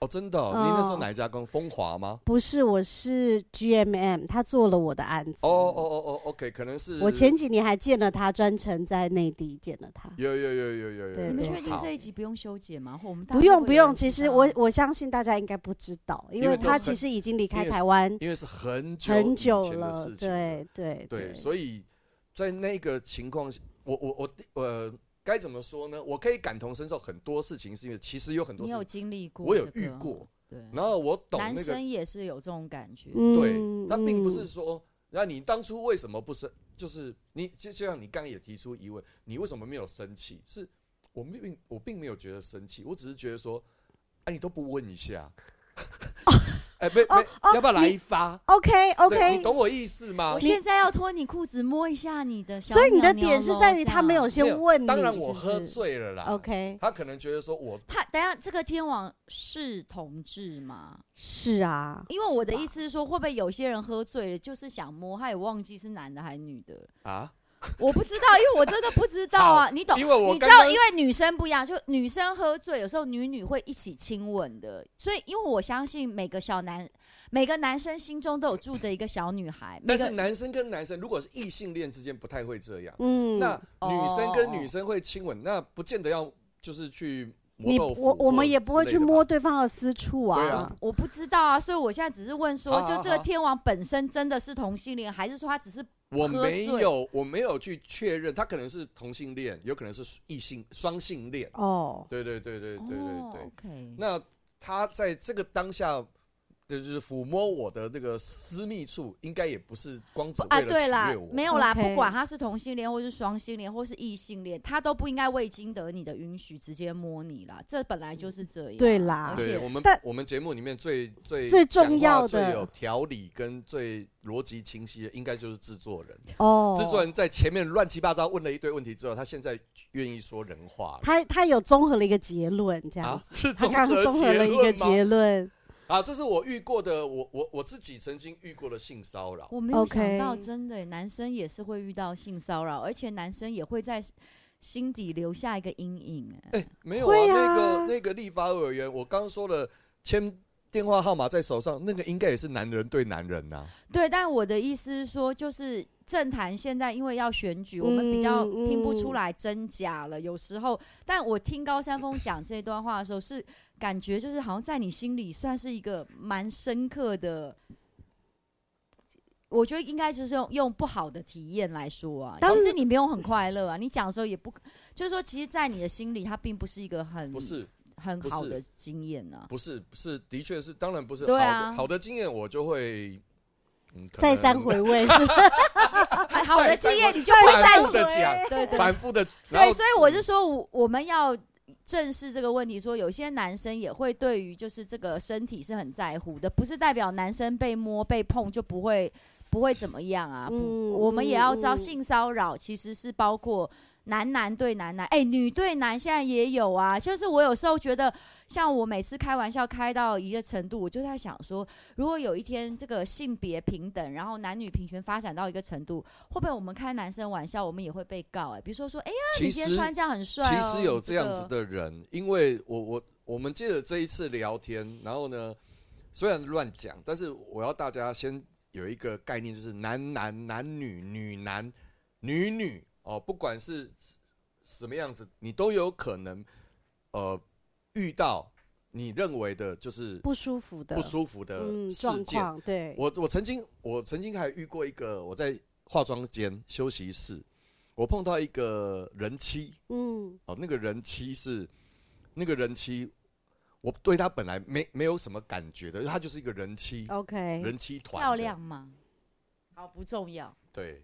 S3: 哦，真的哦、
S4: 哦
S3: 你那时候哪一家公司？风华吗？
S4: 不是我是 GMM，他做了我的案子。
S3: 哦哦哦哦，OK，可能是
S4: 我前几年还见了他，专程在内地见了他。
S3: 有有有有有有
S4: 对
S3: 有，
S1: 你们
S4: 对
S1: 确定
S3: 好
S1: 这一集不用修剪吗？或我们大
S4: 不
S1: 家
S4: 用
S1: 会
S4: 不
S1: 有人
S4: 用，
S1: 知
S4: 其实
S1: 道
S4: 我我相信大家应该不知道，因
S3: 因
S4: 为
S3: 为都
S4: 他
S3: 很
S4: 其实已经离开
S3: 因为
S4: 台湾
S3: 因为是很久
S4: 很
S3: 以
S4: 久
S3: 前的
S4: 了
S3: 事，情了，
S4: 对对
S3: 对，所以在那个情况下，我我我呃，该怎么说呢？我可以感同身受很多事情，是因为其实有很多
S1: 你
S3: 事
S1: 有
S3: 情
S1: 经历过，
S3: 我有遇过，，
S1: 对，
S3: 然后我懂
S1: 男
S3: 那个
S1: 生也是有这种感觉，
S3: 对
S4: 嗯，，
S3: 那并
S4: 嗯
S3: 不是说，那你当初为什么不生？就是你就就像你刚刚也提出疑问，你为什么没有生气？是我并我并没有觉得生气，我只是觉得说，哎、你都不问
S4: *laughs*
S3: 一下，哎、没没、
S4: 哦哦
S3: 要不要来
S4: 你
S3: 一发
S4: OK
S3: 对你
S4: OK，
S3: 懂我意思吗
S1: 我？现在要脱你裤子摸一下你的小
S4: 所以你的
S1: 鸟鸟
S4: 点是
S1: 咯
S4: 在于他没有
S1: 这样
S3: 没有
S4: 先问你，
S3: 当然
S4: 是
S3: 我
S4: 不
S3: 喝
S4: 是
S3: 醉了啦。
S4: OK，
S3: 他可能觉得说我
S1: 他等一下这个天王是同志吗？
S4: 是啊，
S1: 因为我的
S4: 是吧
S1: 意思是说，会不会有些人喝醉了就是想摸，他也忘记是男的还是女
S4: *laughs*
S1: 的？
S3: 啊，
S1: 我不知道，因为我真的不知道啊。你懂？
S3: 因为我
S1: 你知
S3: 刚
S1: 道，
S3: 刚
S1: 因为女生不一样，就女生喝醉，有时候女女会一起亲吻的。所以，因为我相信每个小男，每个男生心中都有住着一个小女孩。每
S3: 但
S1: 个
S3: 是男生跟男生如果是异性恋之间不太会这样，
S4: 嗯，
S3: 那女生跟女
S1: 哦
S3: 生会亲吻，那不见得要就是去磨
S4: 你
S3: 豆腐
S4: 我我们也不会
S3: 之
S4: 去
S3: 类的吧
S4: 摸对方的私处
S3: 对
S4: 啊
S3: 啊，
S1: 我不知道啊，所以我现在只是问说，
S3: 好
S1: 就
S3: 好
S1: 这个
S3: 好
S1: 天王本身真的是同性恋，还是说他只是
S3: 我
S1: 喝醉
S3: 没有，我没有去确认，他可能是同性恋，有可能是异性双性恋。
S4: 哦，
S3: 对对对对对对对。
S1: 哦，OK，
S3: 那他在这个当下，就是抚摸我的这个私密处，应该也不是光只
S1: 啊，
S3: 为
S1: 对
S3: 了
S1: 啦
S3: 取悦，我。
S1: 没有啦
S4: OK
S1: 不管他是同性恋，或是双性恋，或是异性恋，他都不应该未经得你的允许直接摸你啦，这本来就是这样。
S4: 对啦
S1: 而
S3: 对
S1: 且
S3: 我们
S4: 但
S3: 我们节目里面最最
S4: 最重
S3: 讲话
S4: 要的
S3: 最有条理跟最逻辑清晰的，应该就是制作人。
S4: 哦，
S3: 制作人在前面乱七八糟问了一堆问题之后，他现在愿意说人话了
S4: 他他有综合了一个结论，这样
S3: 啊
S4: 子，，
S3: 是
S4: 他
S3: 综
S4: 刚
S3: 合
S4: 综合了一个
S3: 论吗
S4: 结论，
S3: 啊，这是我遇过的，我我我自己曾经遇过的性骚
S4: 啊
S3: 扰。
S1: 我没有
S4: OK
S1: 想到，真的耶、男生也是会遇到性骚扰，而且男生也会在心底留下一个阴影、哎
S3: 哎、没有啊，
S4: 会啊
S3: 那个那个立法委员，我刚说了签电话号码在手上，那个应该也是男人对男人呐、
S1: 对，但我的意思是说，就是政坛现在因为要选举，我们比较
S4: 嗯
S1: 听不
S4: 嗯
S1: 出来真假了。有时候，但我听高山峰讲这段话的时候，是感觉就是好像在你心里算是一个蛮深刻的。我觉得应该就是用用不好的体验来说啊，
S4: 当
S1: 其实
S4: 然
S1: 你没有很快乐啊，你讲的时候也不，就是说，其实，在你的心里，它并不是一个
S4: 嗯
S1: 很
S3: 不是
S1: 很
S3: 不
S1: 好
S3: 是
S1: 的经验啊。
S3: 不是是，的确是，当然不是好
S1: 对
S3: 的、
S1: 啊
S3: 好的经验，我就会嗯可
S4: 再
S3: 能
S4: 三回味，是吧
S1: *laughs* 哎好的
S3: 再
S1: 经验你就不会再
S3: 反复
S1: 说
S3: 的讲，
S4: 哎
S1: 对对
S3: 反复的，然
S1: 对，
S3: 后
S1: 所以我是说，我我们要正视这个问题，说有些男生也会对于就是这个身体是很在乎的，不是代表男生被摸被碰就不会不会怎么样啊。
S4: 嗯
S1: 不，我们也要知道，
S4: 嗯
S1: 性骚扰其实是包括。男男对男男，哎、女对男现在也有啊。就是我有时候觉得，像我每次开玩笑开到一个程度，我就在想说，如果有一天这个性别平等，然后男女平权发展到一个程度，会不会我们开男生玩笑，我们也会被告、哎，比如说说，哎、
S3: 其
S1: 你今天
S3: 实
S1: 穿这样很帅、哦。
S3: 其
S4: 啊
S3: 实有这样子
S1: 个，
S3: 的人，因为我我我们借着这一次聊天，然后呢，虽然乱讲，但是我要大家先有一个概念，就是男男、男女、女男、女女哦，不管是什么样子，你都有可能呃遇到你认为的就是
S4: 不舒服的，
S3: 不舒服的
S4: 嗯
S3: 事
S4: 状
S3: 件。
S4: 况，对，
S3: 我我曾经我曾经还遇过一个，我在化妆间休息室，我碰到一个人妻。
S4: 嗯
S3: 哦，那个人妻是那个人妻，我对他本来没没有什么感觉的，他就是一个人妻，
S4: 哦，OK，
S3: 人妻团的
S1: 漂亮吗？好，不重要。
S3: 对。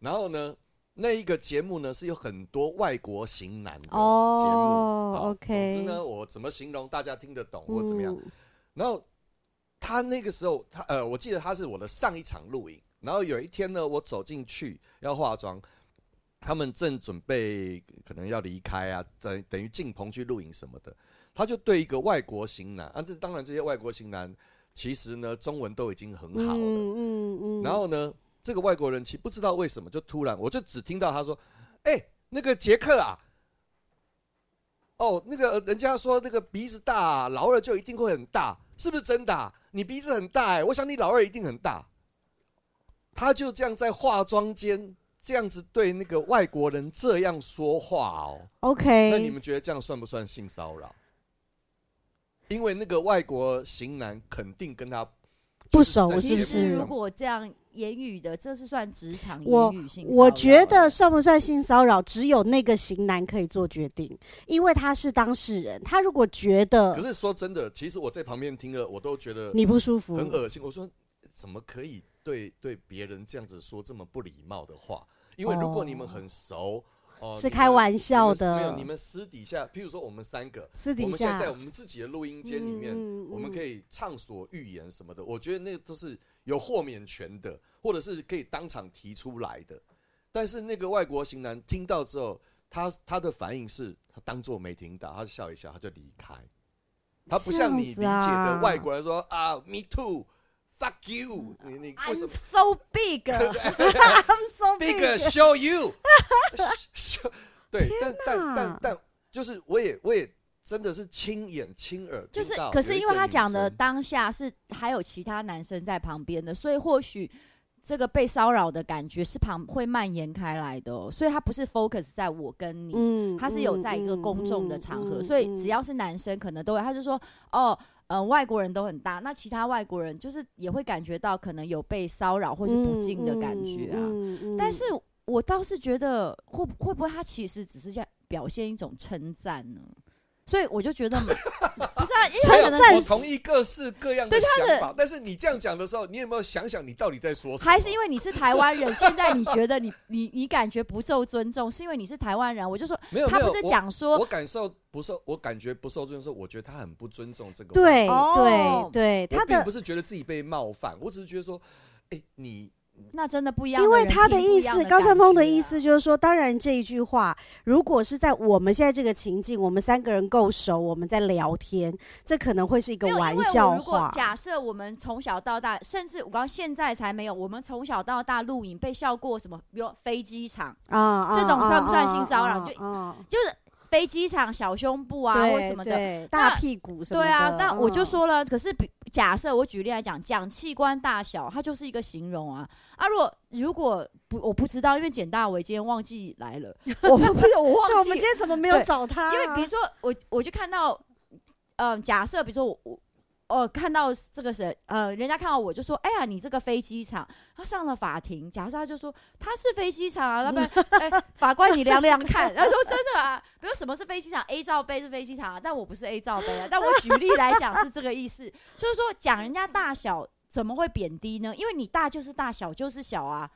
S3: 然后呢，那一个节目呢是有很多外国型男的节目，
S4: 哦
S3: 好
S4: OK
S3: 总之呢，我怎么形容大家听得懂或
S4: 嗯
S3: 怎么样？然后他那个时候，他呃，我记得他是我的上一场录影。然后有一天呢，我走进去要化妆，他们正准备可能要离开啊，等等于进棚去录影什么的。他就对一个外国型男啊，这当然这些外国型男其实呢中文都已经很好了，
S4: 嗯嗯嗯，
S3: 然后呢，这个外国人其实不知道为什么，就突然我就只听到他说：“哎、那个杰克啊，哦，那个呃人家说那个鼻子大、啊，老二就一定会很大，是不是真的啊、你鼻子很大哎、我想你老二一定很大。”他就这样在化妆间这样子对那个外国人这样说话哦。那你
S4: OK，
S3: 们觉得这样算不算性骚扰？因为那个外国型男肯定跟他
S4: 不
S3: 就是
S4: 熟
S3: 在
S4: 是不
S1: 其
S3: 节目
S1: 实
S4: 是
S1: 如
S3: 上
S1: 果这样言语的，这是算职场
S4: 我
S1: 言语性骚扰
S4: 我觉得算不算性骚扰，只有那个型男可以做决定，因为他是当事人，他如果觉
S3: 可
S4: 得
S3: 是说真的，其实我在旁边听了，我都觉得
S4: 你不舒服，
S3: 很恶心。我说，怎么可以对对别人这样子说这么不礼貌的话？因为如果你们很熟哦哦
S4: 是开玩笑的
S3: 你们没有，你们私底下，譬如说我们三个，
S4: 私
S3: 我
S4: 底
S3: 们现
S4: 下
S3: 在在我们自己的录音间里面，
S4: 嗯嗯
S3: 我们可以畅所欲言什么的，我觉得那都是有豁免权的，或者是可以当场提出来的。但是那个外国型男听到之后，他他的反应是他当做没听到，他笑一笑，他就离开。他不像你理
S4: 这
S3: 解
S4: 样子啊
S3: 的外国人说啊，me too，fuck you，你你为什
S1: I'm
S3: 么
S1: so big，
S4: I'm so
S3: big
S4: big
S1: *laughs*
S3: show you，show- 对，但但但但就是我也我也真的是亲眼亲耳
S1: 就
S3: 听
S1: 是
S3: 到有一个
S1: 可
S3: 女生，
S1: 是因为他讲的当下是还有其他男生在旁边的，所以或许这个被骚扰的感觉是旁会蔓延开来的哦、所以他不是 focus 在我跟你，
S4: 嗯
S1: 他是有在一个公众的场合，所以只
S4: 要
S1: 要是男生可能都会，他就说哦。嗯，外国人都很大，那其他外国人就是也会感觉到可能有被骚扰或是
S4: 嗯
S1: 不敬的感觉啊。但是我倒是觉得会不会不会他其实只是在表现一种称赞呢？所以我就觉得 *laughs* 不是
S4: *laughs*
S1: 啊，因
S3: 没
S1: 为
S3: 有
S1: 可能
S3: 我同意各式各样的
S1: 对他的
S3: 想法，但是你这样讲的时候，你有没有想想你到底在说什么？
S1: 还是因为你是台湾人，现在你觉得你你你感觉不受尊重，是因为你是台湾人。我就说
S3: 没有
S1: 他
S3: 没有
S1: 不是讲
S3: 我
S1: 说
S3: 我感受不受，我感觉不受尊重，我觉得他很不尊重这个。
S4: 对
S1: 哦
S4: 对对，
S3: 我
S4: 他
S3: 并
S4: 的
S3: 不是觉得自己被冒犯，我只是觉得说，哎，你
S1: 那真的不一样，
S4: 因为他
S1: 的
S4: 的
S1: 人听
S4: 意
S1: 不一样
S4: 思，
S1: 的
S4: 高山峰的
S1: 感觉啊
S4: 意思就是说，当然这一句话，如果是在我们现在这个情境，我们三个人够熟，我们在聊天，这可能会是一个
S1: 没有因
S4: 玩
S1: 为
S4: 笑
S1: 我如果
S4: 话。
S1: 假设我们从小到大，甚至我刚现在才没有，我们从小到大录影被笑过什么，比如飞机场，
S4: 啊啊，
S1: 这种
S4: 啊
S1: 算不算性骚扰
S4: 啊
S1: 就
S4: 啊啊
S1: 就是飞机场小胸部啊
S4: 对
S1: 或什么的。
S4: 对大屁股什么的。
S1: 对啊，那我就
S4: 嗯，
S1: 说了，可是比假设我举例来讲，讲器官大小，它就是一个形容啊啊！如果如果不我不知道，因为简大伟今天忘记来了，我不是我
S4: *laughs* 对，我
S1: 忘记
S4: 们今天怎么没有
S1: 对
S4: 找他啊？
S1: 因为比如说我我就看到，嗯、假设比如说我我。呃，看到这个谁，呃，人家看到我就说，哎呀，你这个飞机场，他上了法庭，假设他就说他是飞机场啊，那么，哎，法官你量量看， *laughs* 他说真的啊，比如什么是飞机场，A 罩杯是飞机场啊，但我不是 A 罩杯啊，但我举例来讲是这个意思，就是说讲人家大小怎么会贬低呢？因为你大就是大，小就是小啊，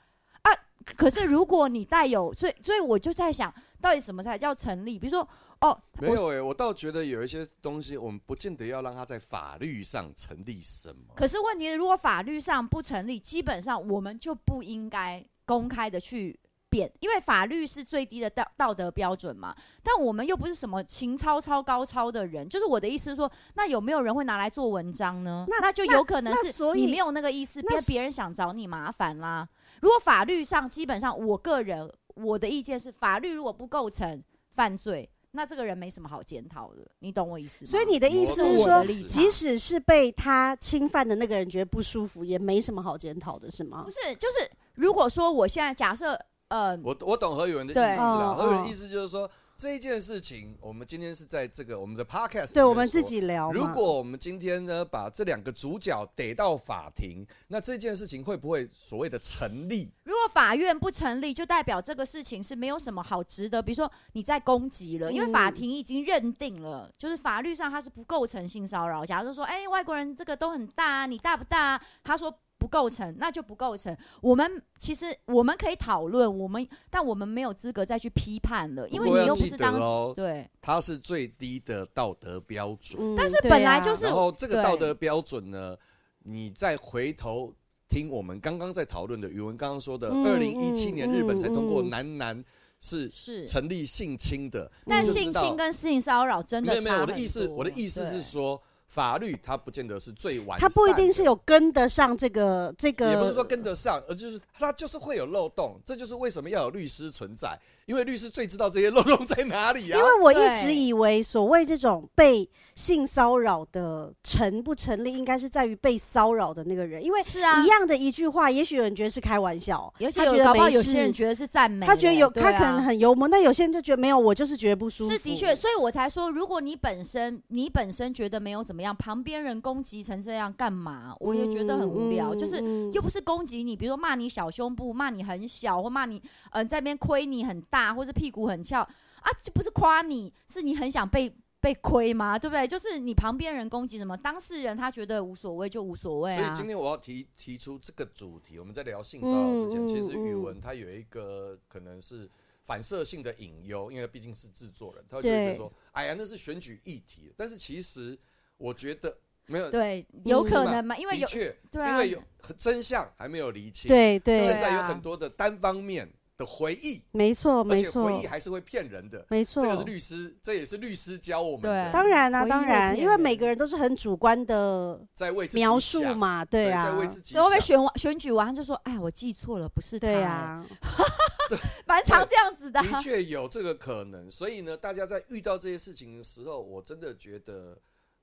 S1: 啊，可是如果你带有，所以所以我就在想到底什么才叫成立，比如说哦，
S3: 没
S1: 我
S3: 有哎、我倒觉得有一些东西，我们不见得要让它在法律上成立什么。
S1: 可是问题是，如果法律上不成立，基本上我们就不应该公开的去贬，因为法律是最低的道道德标准嘛。但我们又不是什么情操超高超的人，就是我的意思是说，那有没有人会拿来做文章呢？
S4: 那
S1: 就有可能
S4: 那那
S1: 是
S4: 所以
S1: 你没有那个意思，
S4: 那
S1: 别别人想找你麻烦啦。如果法律上，基本上我个人我的意见是，法律如果不构成犯罪。那这个人没什么好检讨的，你懂我意思吗？
S4: 所以你的意思
S1: 这
S4: 是
S1: 我
S4: 说
S1: 的，立场
S4: 即使是被他侵犯的那个人觉得不舒服，也没什么好检讨的，是吗
S1: 不？是，就是如果说我现在假设，呃，
S3: 我我懂何宇文的意思
S1: 对
S3: 啦，
S4: 嗯
S3: 何宇文
S4: 嗯
S3: 的意思就是说这一件事情，我们今天是在这个我们的 podcast
S4: 对
S3: 里面
S4: 我们
S3: 说
S4: 自。己聊嘛。
S3: 如果我们今天呢把这两个主角逮到法庭，那这件事情会不会所谓的成立？
S1: 如果法院不成立，就代表这个事情是没有什么好值得，比如说你在攻击
S3: 嗯
S1: 了，因为法庭已经认定了，就是法律上它是不构成性骚扰。假如说，哎、外国人这个都很大啊，你大不大啊？他说。不构成，那就不构成。我们其实我们可以讨论，我们但我们没有资格再去批判了，因为
S3: 不过
S1: 你
S3: 要
S1: 又不
S3: 记
S1: 是
S3: 得
S1: 当
S3: 哦，
S1: 对，
S3: 它是最低的道德标准。
S4: 嗯，
S1: 但是
S4: 对
S1: 本来
S4: 啊
S1: 就是
S3: 然后这个
S1: 对
S3: 道德标准呢，你再回头听我们刚刚在讨论的，宇文刚刚说的，
S4: 嗯
S3: 二零一七年日本才通过
S4: 嗯嗯
S3: 男男是
S1: 是。
S3: 成立性侵的，
S1: 但
S3: 你就
S1: 性
S3: 知道
S1: 侵跟性骚扰真
S3: 没
S1: 的
S3: 有没有，
S1: 差
S3: 我的
S1: 很
S3: 意思，
S1: 多
S3: 我的意思是
S1: 对
S3: 说，法律它不见得是最完善的，
S4: 他不一定是有跟得上这个这个，
S3: 也不是说跟得上，而就是它就是会有漏洞，这就是为什么要有律师存在，因为律师最知道这些漏洞在哪里啊
S4: 因。为我一直
S1: 对
S4: 以为所谓这种被性骚扰的成不成立，应该是在于被骚扰的那个人，因为
S1: 是啊
S4: 一样的一句话，也许有人觉得是开玩笑，
S1: 而且
S4: 他觉
S1: 有搞
S4: 得
S1: 不好
S4: 没
S1: 有些人
S4: 事，
S1: 觉得是赞美嘞，
S4: 他觉得有，
S1: 对
S4: 他
S1: 啊
S4: 可能很幽默，那有些人就觉得没有，我就是觉得不舒服。
S1: 是的确，，所以我才说，如果你本身你本身觉得没有怎么样，旁边人攻击成这样干嘛？我也觉得很无聊，
S4: 嗯
S1: 就是。
S4: 嗯
S1: 又不是攻击你，比如说骂你小胸部，骂你很小，或骂你，嗯、在那边亏你很大，或是屁股很翘啊，就不是夸你，是你很想被被亏吗？对不对？就是你旁边人攻击什么，当事人他觉得无所谓就无所谓
S3: 嗯所以
S4: 嗯
S1: 啊。
S3: 今天我要提提出这个主题，我们在聊性骚扰之前，
S4: 嗯
S3: 其实
S4: 嗯
S3: 语
S4: 嗯
S3: 文它有一个可能是反射性的隐忧，因为毕竟是制作人，他会觉得
S4: 对
S3: 说，哎呀，那是选举议题。但是其实我觉得没有，
S1: 对，有
S3: 是嘛
S1: 可能嘛？因为
S3: 的
S1: 有
S3: 确，
S1: 对啊
S3: 因为有真相还没有厘清，，
S4: 对
S3: 现
S4: 对，
S3: 在有
S1: 对啊
S3: 很多的单方面的回忆，
S4: 没错
S3: 而
S4: 没
S3: 且回
S4: 错
S3: 忆还是会骗人的。
S4: 没错啊
S3: 这，个是律师，这也是律师教我们的，
S1: 对
S4: 当然啦、
S1: 回忆
S4: 当
S1: 会
S4: 然，
S1: 骗
S4: 因为
S1: 人
S4: 每个人都是很主观的
S3: 在为自己
S4: 描述
S3: 想，
S4: 嘛，对啊
S3: 在，为自己
S1: 对，会不会
S3: 想
S1: 选完选举完他就说，哎，我记错了，不是他、
S4: 对啊，
S1: 哎，蛮常这样子的啊。
S3: 的确有这个可能，所以呢，大家在遇到这些事情的时候，我真的觉得，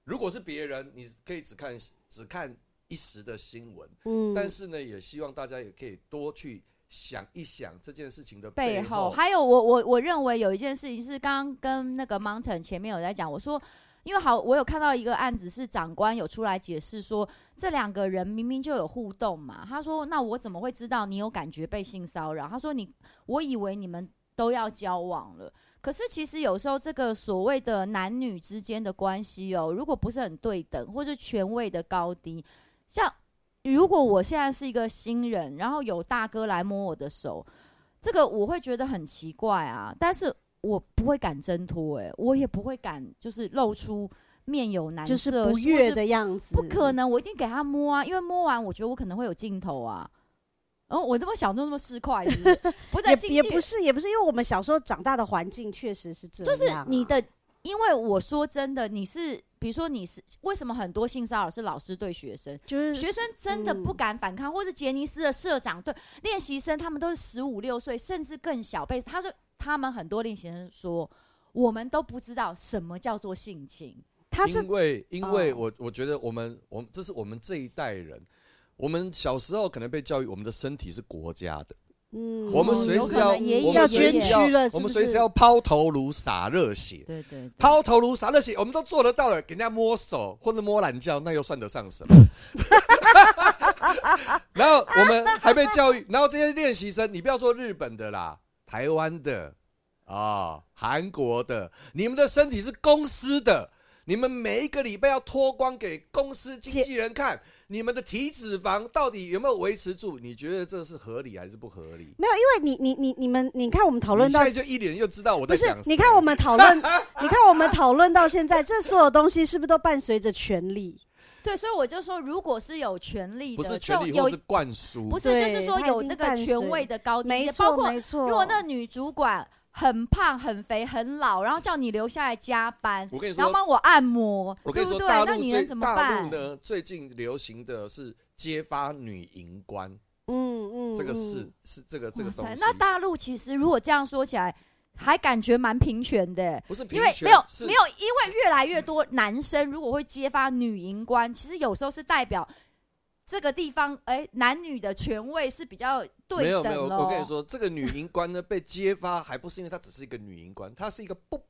S3: 如果是别人，你可以只看只看一时的新闻，
S4: 嗯，
S3: 但是呢，也希望大家也可以多去想一想这件事情的
S1: 背后
S3: 后。
S1: 还有我我我认为有一件事情是刚刚跟那个 Mountain 前面有在讲，我说因为好，我有看到一个案子是长官有出来解释说这两个人明明就有互动嘛，他说那我怎么会知道你有感觉被性骚扰？他说你我以为你们都要交往了。可是其实有时候这个所谓的男女之间的关系哦，如果不是很对等，或是权位的高低，像如果我现在是一个新人，然后有大哥来摸我的手，这个我会觉得很奇怪啊，但是我不会敢挣脱，哎，我也不会敢就是露出面有难色，
S4: 就是不悦
S1: 或是
S4: 的样子，
S1: 不可能，我一定给他摸啊，因为摸完我觉得我可能会有镜头啊。然、后我这么小就那么市侩，是不
S4: *laughs*
S1: 是？不是
S4: 也
S1: 进
S4: 也
S1: 去
S4: 不是也不是，因为我们小时候长大的环境确实是这样、啊
S1: 就是你，的，因为我说真的，你是比如说你是为什么很多性骚扰是老师对学生，
S4: 就是
S1: 学生真的不敢反抗，或是杰尼斯的社长对练习生，他们都是十五六岁，甚至更小辈。他说他们很多练习生说，我们都不知道什么叫做性侵，
S4: 他是
S3: 因为因为
S4: 哦
S3: 我、我觉得我们我们这是我们这一代人，我们小时候可能被教育，我们的身体是国家的，
S4: 嗯
S3: 我们随
S1: 有
S3: 时
S1: 可
S3: 要
S1: 能也
S3: 我
S1: 有
S3: 们
S4: 要
S3: 随
S4: 捐
S1: 也
S3: 时
S1: 有
S3: 要
S4: 躯了，是嗯
S3: 我们
S4: 不
S3: 随时
S4: 是
S3: 要抛头颅洒热血。
S1: 对对对。
S3: 抛头颅洒热血，我们都做得到了。给人家摸手或者摸懒觉，那又算得
S4: *laughs*
S3: 上什么？然后我们还被教育，然后这些练习生，你不要说日本的啦，台湾的啊、韩国的，你们的身体是公司的，你们每一个礼拜要脱光给公司经纪人看，你们的体脂肪到底有没有维持住？你觉得这是合理还是不合理？
S4: 没有，因为你你你你们，你看我们讨
S3: 讨
S4: 论到
S3: 现在就一脸就知道我
S4: 不
S3: 在
S4: 是
S3: 讲，
S4: 你看
S3: 谁
S4: 我们讨
S3: *laughs*
S4: 论，你看我们讨论到现在，这所有东西是不是都伴随着权力？
S1: 对，所以我就说，如果是有权利的，
S3: 不是
S1: 这
S3: 权
S1: 种
S3: 力
S1: 有
S3: 或是灌输，
S1: 不是就是
S4: 对
S1: 说
S4: 他一
S1: 有
S4: 定
S1: 那个
S4: 伴随
S1: 权位的高低，
S4: 没
S1: 也包
S4: 错，
S1: 括
S4: 没错。
S1: 如果那女主管很胖、很肥、很老，然后叫你留下来加班，
S3: 我跟你说
S1: 然后帮我按摩，
S3: 我跟
S1: 对
S3: 你
S1: 不
S3: 说，
S1: 对？
S3: 大
S1: 那
S3: 陆
S1: 你
S3: 最
S1: 能怎么
S3: 大
S1: 办？
S3: 陆呢，最近流行的是揭发女淫官，
S4: 嗯嗯，
S3: 这个
S4: 嗯
S3: 是是这个这个
S1: 哇塞
S3: 东西，
S1: 那大陆其实如果这样说起来，还感觉蛮平权的。
S3: 不是平
S1: 因为
S3: 权
S1: 没有
S3: 是
S1: 没有，因为越来越多男生如果会揭发女淫官，其实有时候是代表这个地方哎、男女的权位是比较对
S3: 没有
S1: 等哦
S3: 没有，
S1: 咯
S3: 我跟你，说，这个女淫官呢被揭发，还不是因为她只是一个女淫官，她是一个不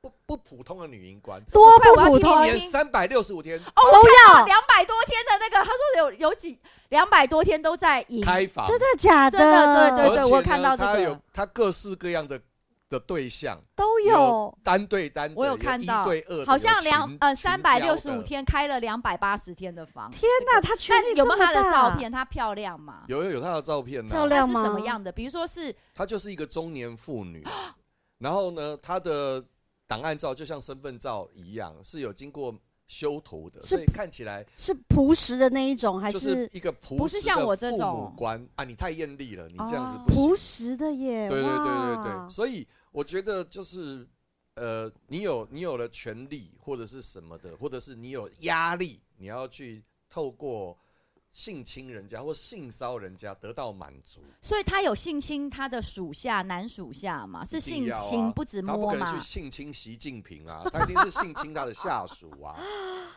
S3: 不不普通的女淫官，
S4: 多
S1: 快我
S4: 不
S1: 要
S4: 普
S1: 听
S4: 通
S1: 你
S3: 一年三百六十五天
S1: 哦，
S4: 都要
S1: 两百多天的那个，他说有有几两百多天都在淫，
S3: 开房，
S4: 真的假的？
S1: 哎真的对
S3: 而且
S1: 对
S3: 呢，
S1: 我有看到这个
S3: 她有她各式各样的的对象，
S4: 都
S3: 有
S4: 有。
S3: 单对单的，
S1: 我有看到
S3: 一对二的，
S1: 好像
S3: 有群
S1: 两呃三百六十
S3: 群
S1: 五
S3: 交的
S1: 天开了两百八十天的房，
S4: 天哪，他权
S1: 那
S4: 力
S1: 有没有
S4: 这么啊
S1: 他的
S4: 大
S1: 照？片？他漂亮吗？
S3: 有有有她的照片呢、
S4: 漂亮
S1: 他是
S4: 吗
S1: 什么样的？比如说是
S3: 她就是一个中年妇女，然后呢，她的档案照就像身份照一样，是有经过修图的，
S4: 是
S3: 所以看起来
S4: 是朴实的那一种，还
S3: 就是
S4: 是
S3: 一个朴
S1: 不
S3: 实
S1: 是
S3: 的
S1: 像我这
S3: 父
S1: 种
S3: 母官啊！你太艳丽了，你这样子
S1: 哦
S3: 不行。
S4: 朴实的
S1: 哎
S4: 耶？
S3: 对对对对
S4: 哇
S3: 对，所以我觉得就是呃，你有你有了权利或者是什么的，或者是你有压力，你要去透过性侵人家或性骚人家得到满足。
S1: 所以他有性侵他的属下男属下嘛？是
S3: 一定
S1: 性
S3: 要啊
S1: 侵，不止
S3: 他不
S1: 摸
S3: 可能
S1: 嘛
S3: 去？性侵习近平啊，他一定是性侵他的下属
S1: *laughs*
S3: 啊。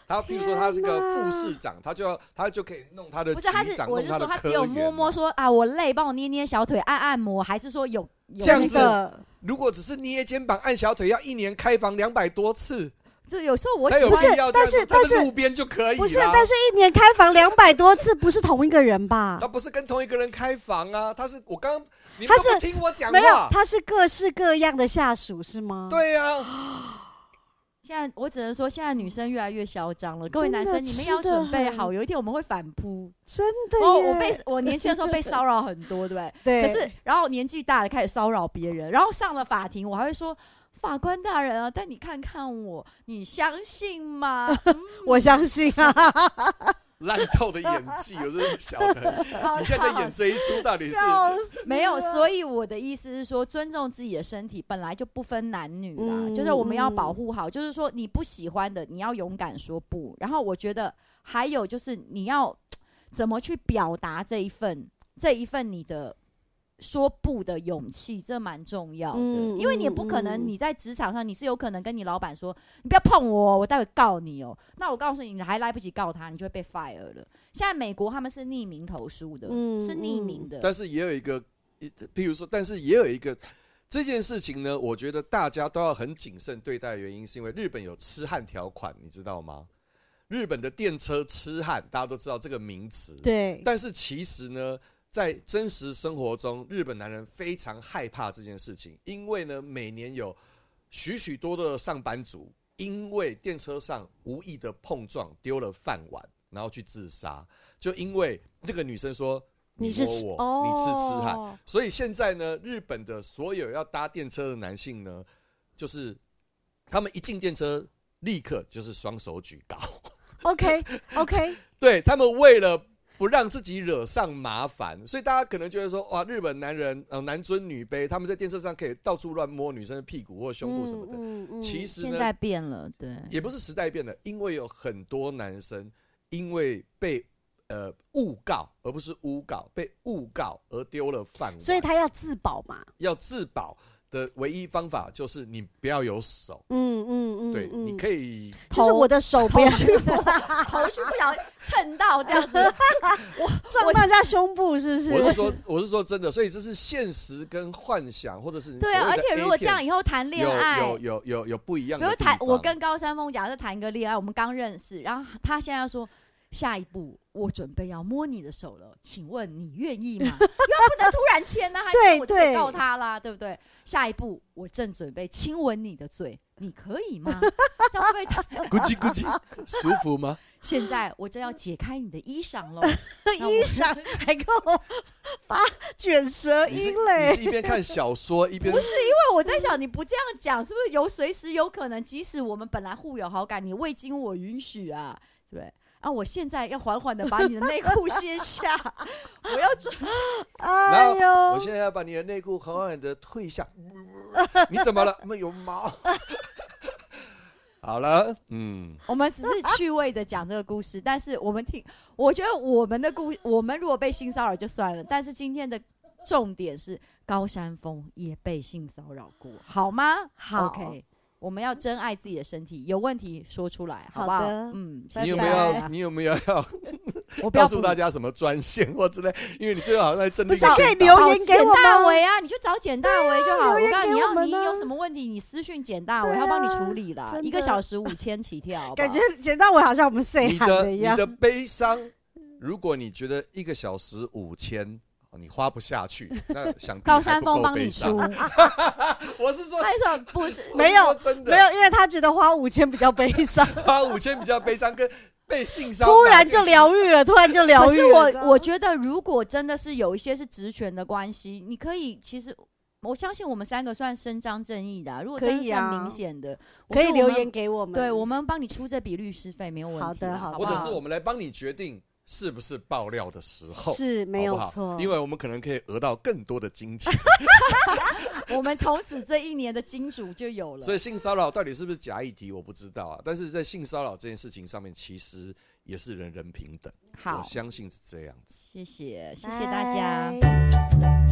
S3: 他比如说他是个副市长，他就要他就可以弄他的
S1: 不是，他
S3: 局
S1: 是
S3: 长，
S1: 我
S3: 弄
S1: 是
S3: 他
S1: 说
S3: 的
S1: 他
S3: 科
S1: 只
S3: 员啊
S1: 有摸摸说啊，我累，帮我捏捏小腿，按按摩，还是说有有
S3: 这样
S1: 那
S4: 那
S3: 子哎
S1: 个？
S4: 个
S3: 如果只是捏肩膀、按小腿，要一年开房两百多次，
S1: 就有时候我
S3: 他
S1: 喜
S3: 有
S1: 欢
S3: 必要这样
S4: 不是
S3: 他
S4: 但是
S3: 在路边就可以啦
S4: 不是，但是一年开房两百多次，不是同一个人吧
S3: 他？不是跟同一个人开房啊，他是我刚你
S4: 他
S3: 都不
S4: 是
S3: 听我讲
S4: 没有
S3: 话，，
S4: 他是各式各样的下属是吗？，
S3: 对啊，
S1: 现在我只能说，现在女生越来越嚣张了。各位
S4: 真的
S1: 男生，你们也要
S4: 吃得
S1: 准备
S4: 很
S1: 好，有一天我们会反扑。
S4: 真的
S1: 我
S4: 耶
S1: 哦我被我年轻的时候被骚扰很多，对不对？
S4: 对，
S1: 可是，然后年纪大了开始骚扰别人，然后上了法庭，我还会说法官大人啊，但你看看我，你相信吗？
S4: 我相信啊，
S3: 烂透的演技，我真的不晓得
S4: *laughs*
S3: 你现在在演这一出到底是？
S4: 笑死了，
S1: 没有，所
S4: 以
S1: 以我的意思是说，尊重自己的身体本来就不分男女啦，
S4: 嗯
S1: 就是我们要
S4: 嗯
S1: 保护好，就是说你不喜欢的，你要勇敢说不。然后我觉得还有就是你要怎么去表达这一份这一份你的说不的勇气，这蛮重要的。
S4: 嗯
S1: 因为你也不可能
S4: 嗯嗯
S1: 你在职场上，你是有可能跟你老板说，你不要碰我，我待会告你哦。那我告诉你，你还来不及告他，你就会被 fire 了。现在美国他们是匿名投诉的，
S4: 嗯
S1: 是匿
S4: 嗯
S1: 名的。
S3: 但是也有一个，一譬如说，但是也有一个这件事情呢，我觉得大家都要很谨慎对待，原因是因为日本有痴汉条款，你知道吗？日本的电车痴汉，大家都知道这个名词。
S4: 对，
S3: 但是其实呢，在真实生活中，日本男人非常害怕这件事情，因为呢，每年有许许多多的上班族因为电车上无意的碰撞丢了饭碗，然后去自杀，就因为这个女生说。你
S4: 是
S3: 摸
S4: 吃
S3: 我，
S4: 哦，
S3: 你是痴汉，所以现在呢，日本的所有要搭电车的男性呢，就是他们一进电车，立刻就是双手举高， *laughs*
S4: OK OK，
S3: 对他们为了不让自己惹上麻烦，所以大家可能觉得说，哇，日本男人呃男尊女卑，他们在电车上可以到处乱摸女生的屁股或胸部什么的。
S4: 嗯嗯
S3: 其实
S1: 现
S3: 呢，
S1: 在变了，对，
S3: 也不是时代变了，因为有很多男生因为被呃诬告，而不是诬告，被诬告而丢了饭碗，
S4: 所以他要自保嘛，
S3: 要自保的唯一方法就是你不要有手，
S4: 嗯嗯嗯，
S3: 对，
S4: 嗯
S3: 你可以
S4: 就是我的手不要去
S1: 头去不小心蹭到这样 *laughs* 子，
S4: *laughs* 撞到人家胸部，是不是？
S3: 我
S1: *laughs*
S3: 是说，我是说真的，所以这是现实跟幻想，或者是
S1: 对啊。
S3: 所谓
S1: 而
S3: 的
S1: 且
S3: A
S1: 如果这
S3: 片
S1: 样以后谈恋
S3: 有
S1: 爱，
S3: 有有有有不一样
S1: 比
S3: 的
S1: 如
S3: 地
S1: 谈
S3: 方
S1: 我跟高山峰假设谈个恋爱，我们刚认识，然后他现在说下一步我准备要摸你的手了，请问你愿意吗？因为 *laughs* 他不能突然签呐、啊，还
S4: 对
S1: 是我就可以
S4: 对
S1: 告他啦，对不对？下一步我正准备亲吻你的嘴，你可以吗？ *laughs* 这样会不会太？
S3: *laughs* 咕叽咕
S1: *laughs*
S3: 叽，舒服吗？
S1: 现在我正要解开你的衣 *laughs* 裳喽，那
S4: 衣
S1: 我
S4: 裳还给我发卷舌
S3: 你是
S4: 音
S3: 你
S4: 嘞，
S3: 是一边看小说一边
S1: 呃不是因为我在想，你不这样讲，是不是有随时有可能，即使我们本来互有好感，你未经我允许啊，对不对？啊，我现在要缓缓的把你的内裤卸下，我要准
S4: 哎
S3: 然后我
S4: 呦，
S3: 现在要把你的内裤狠狠的退下， *laughs* 你怎么了？没有毛。 *laughs* 好了，嗯，
S1: *laughs* 我们只是趣味的讲这个故事，但是我们听，我觉得我们的故，我们如果被性骚扰就算了，但是今天的重点是高山峰也被性骚扰过，好吗？
S4: 好
S3: 哦
S1: o k 我们要珍爱自己的身体，有问题说出来，好不
S4: 好
S1: 好？
S4: 的
S1: 嗯，
S4: 拜
S3: 你有
S1: 谢
S3: 没
S1: 谢大
S3: 有要
S1: 家
S3: 你有没有要
S1: 我不要
S3: 告诉大家什么专线或之类？因为你最后好像在镇定
S4: 不
S3: 地
S4: 是
S3: 宣导。
S4: 可以留言给我
S1: 简哦大
S4: 吗？
S1: 为啊，你就找简大为就好。
S4: 留
S1: 我
S4: 言
S1: 告诉
S4: 给
S1: 你
S4: 我
S1: 要
S4: 们
S1: 你
S4: 啊
S1: 有什么问题，你私讯简大
S4: 对
S1: 为，
S4: 啊
S1: 他帮你处理啦
S4: 真。的
S1: 一个小时五千起跳，好不好
S4: 感觉简单，我好像我们 say
S3: 你
S4: 喊
S3: 的
S4: 一
S3: 你
S4: 样。
S3: 的悲伤，如果你觉得一个小时五千。哦你花不下去，那想必
S1: 高
S3: 还
S1: 山
S3: 不
S1: 峰
S3: 够
S1: 帮
S3: 悲
S1: 你
S3: 伤
S1: 出，。
S3: *laughs* 我是说，
S1: 他说不是
S4: *laughs* 没有
S3: 我是说真的，
S4: 没有，因为他觉得花五千比较悲伤，
S3: *laughs* 花五千比较悲伤，跟被性骚扰
S4: 突然就
S3: 这件事
S4: 疗愈了，突然就疗
S1: 可
S4: 愈
S1: 是
S4: 了。
S1: 我我觉得，如果真的是有一些是职权的关系，你可以其实。我相信我们三个算伸张正义的啊、如果
S4: 可以
S1: 真的是
S4: 啊
S1: 很明显的，我
S4: 可
S1: 觉
S4: 以
S1: 得我
S4: 留
S1: 们
S4: 言，给我们，
S1: 对我们帮你出这笔律师费没有问题啊。
S4: 好的好的
S1: 不
S3: 或
S1: 好
S3: 者是我们来帮你决定是不是爆料的时候，
S4: 是没有
S3: 好不好
S4: 错，
S3: 因为我们可能可以讹到更多的
S4: *laughs*
S3: 金钱。
S1: 我们从此这一年的金主就有了。
S3: 所以性骚扰到底是不是假议题，我不知道啊。但是在性骚扰这件事情上面，其实也是人人平等，
S1: 好
S3: 我，相信是这样子。
S1: 谢谢，谢谢大家。
S4: 拜。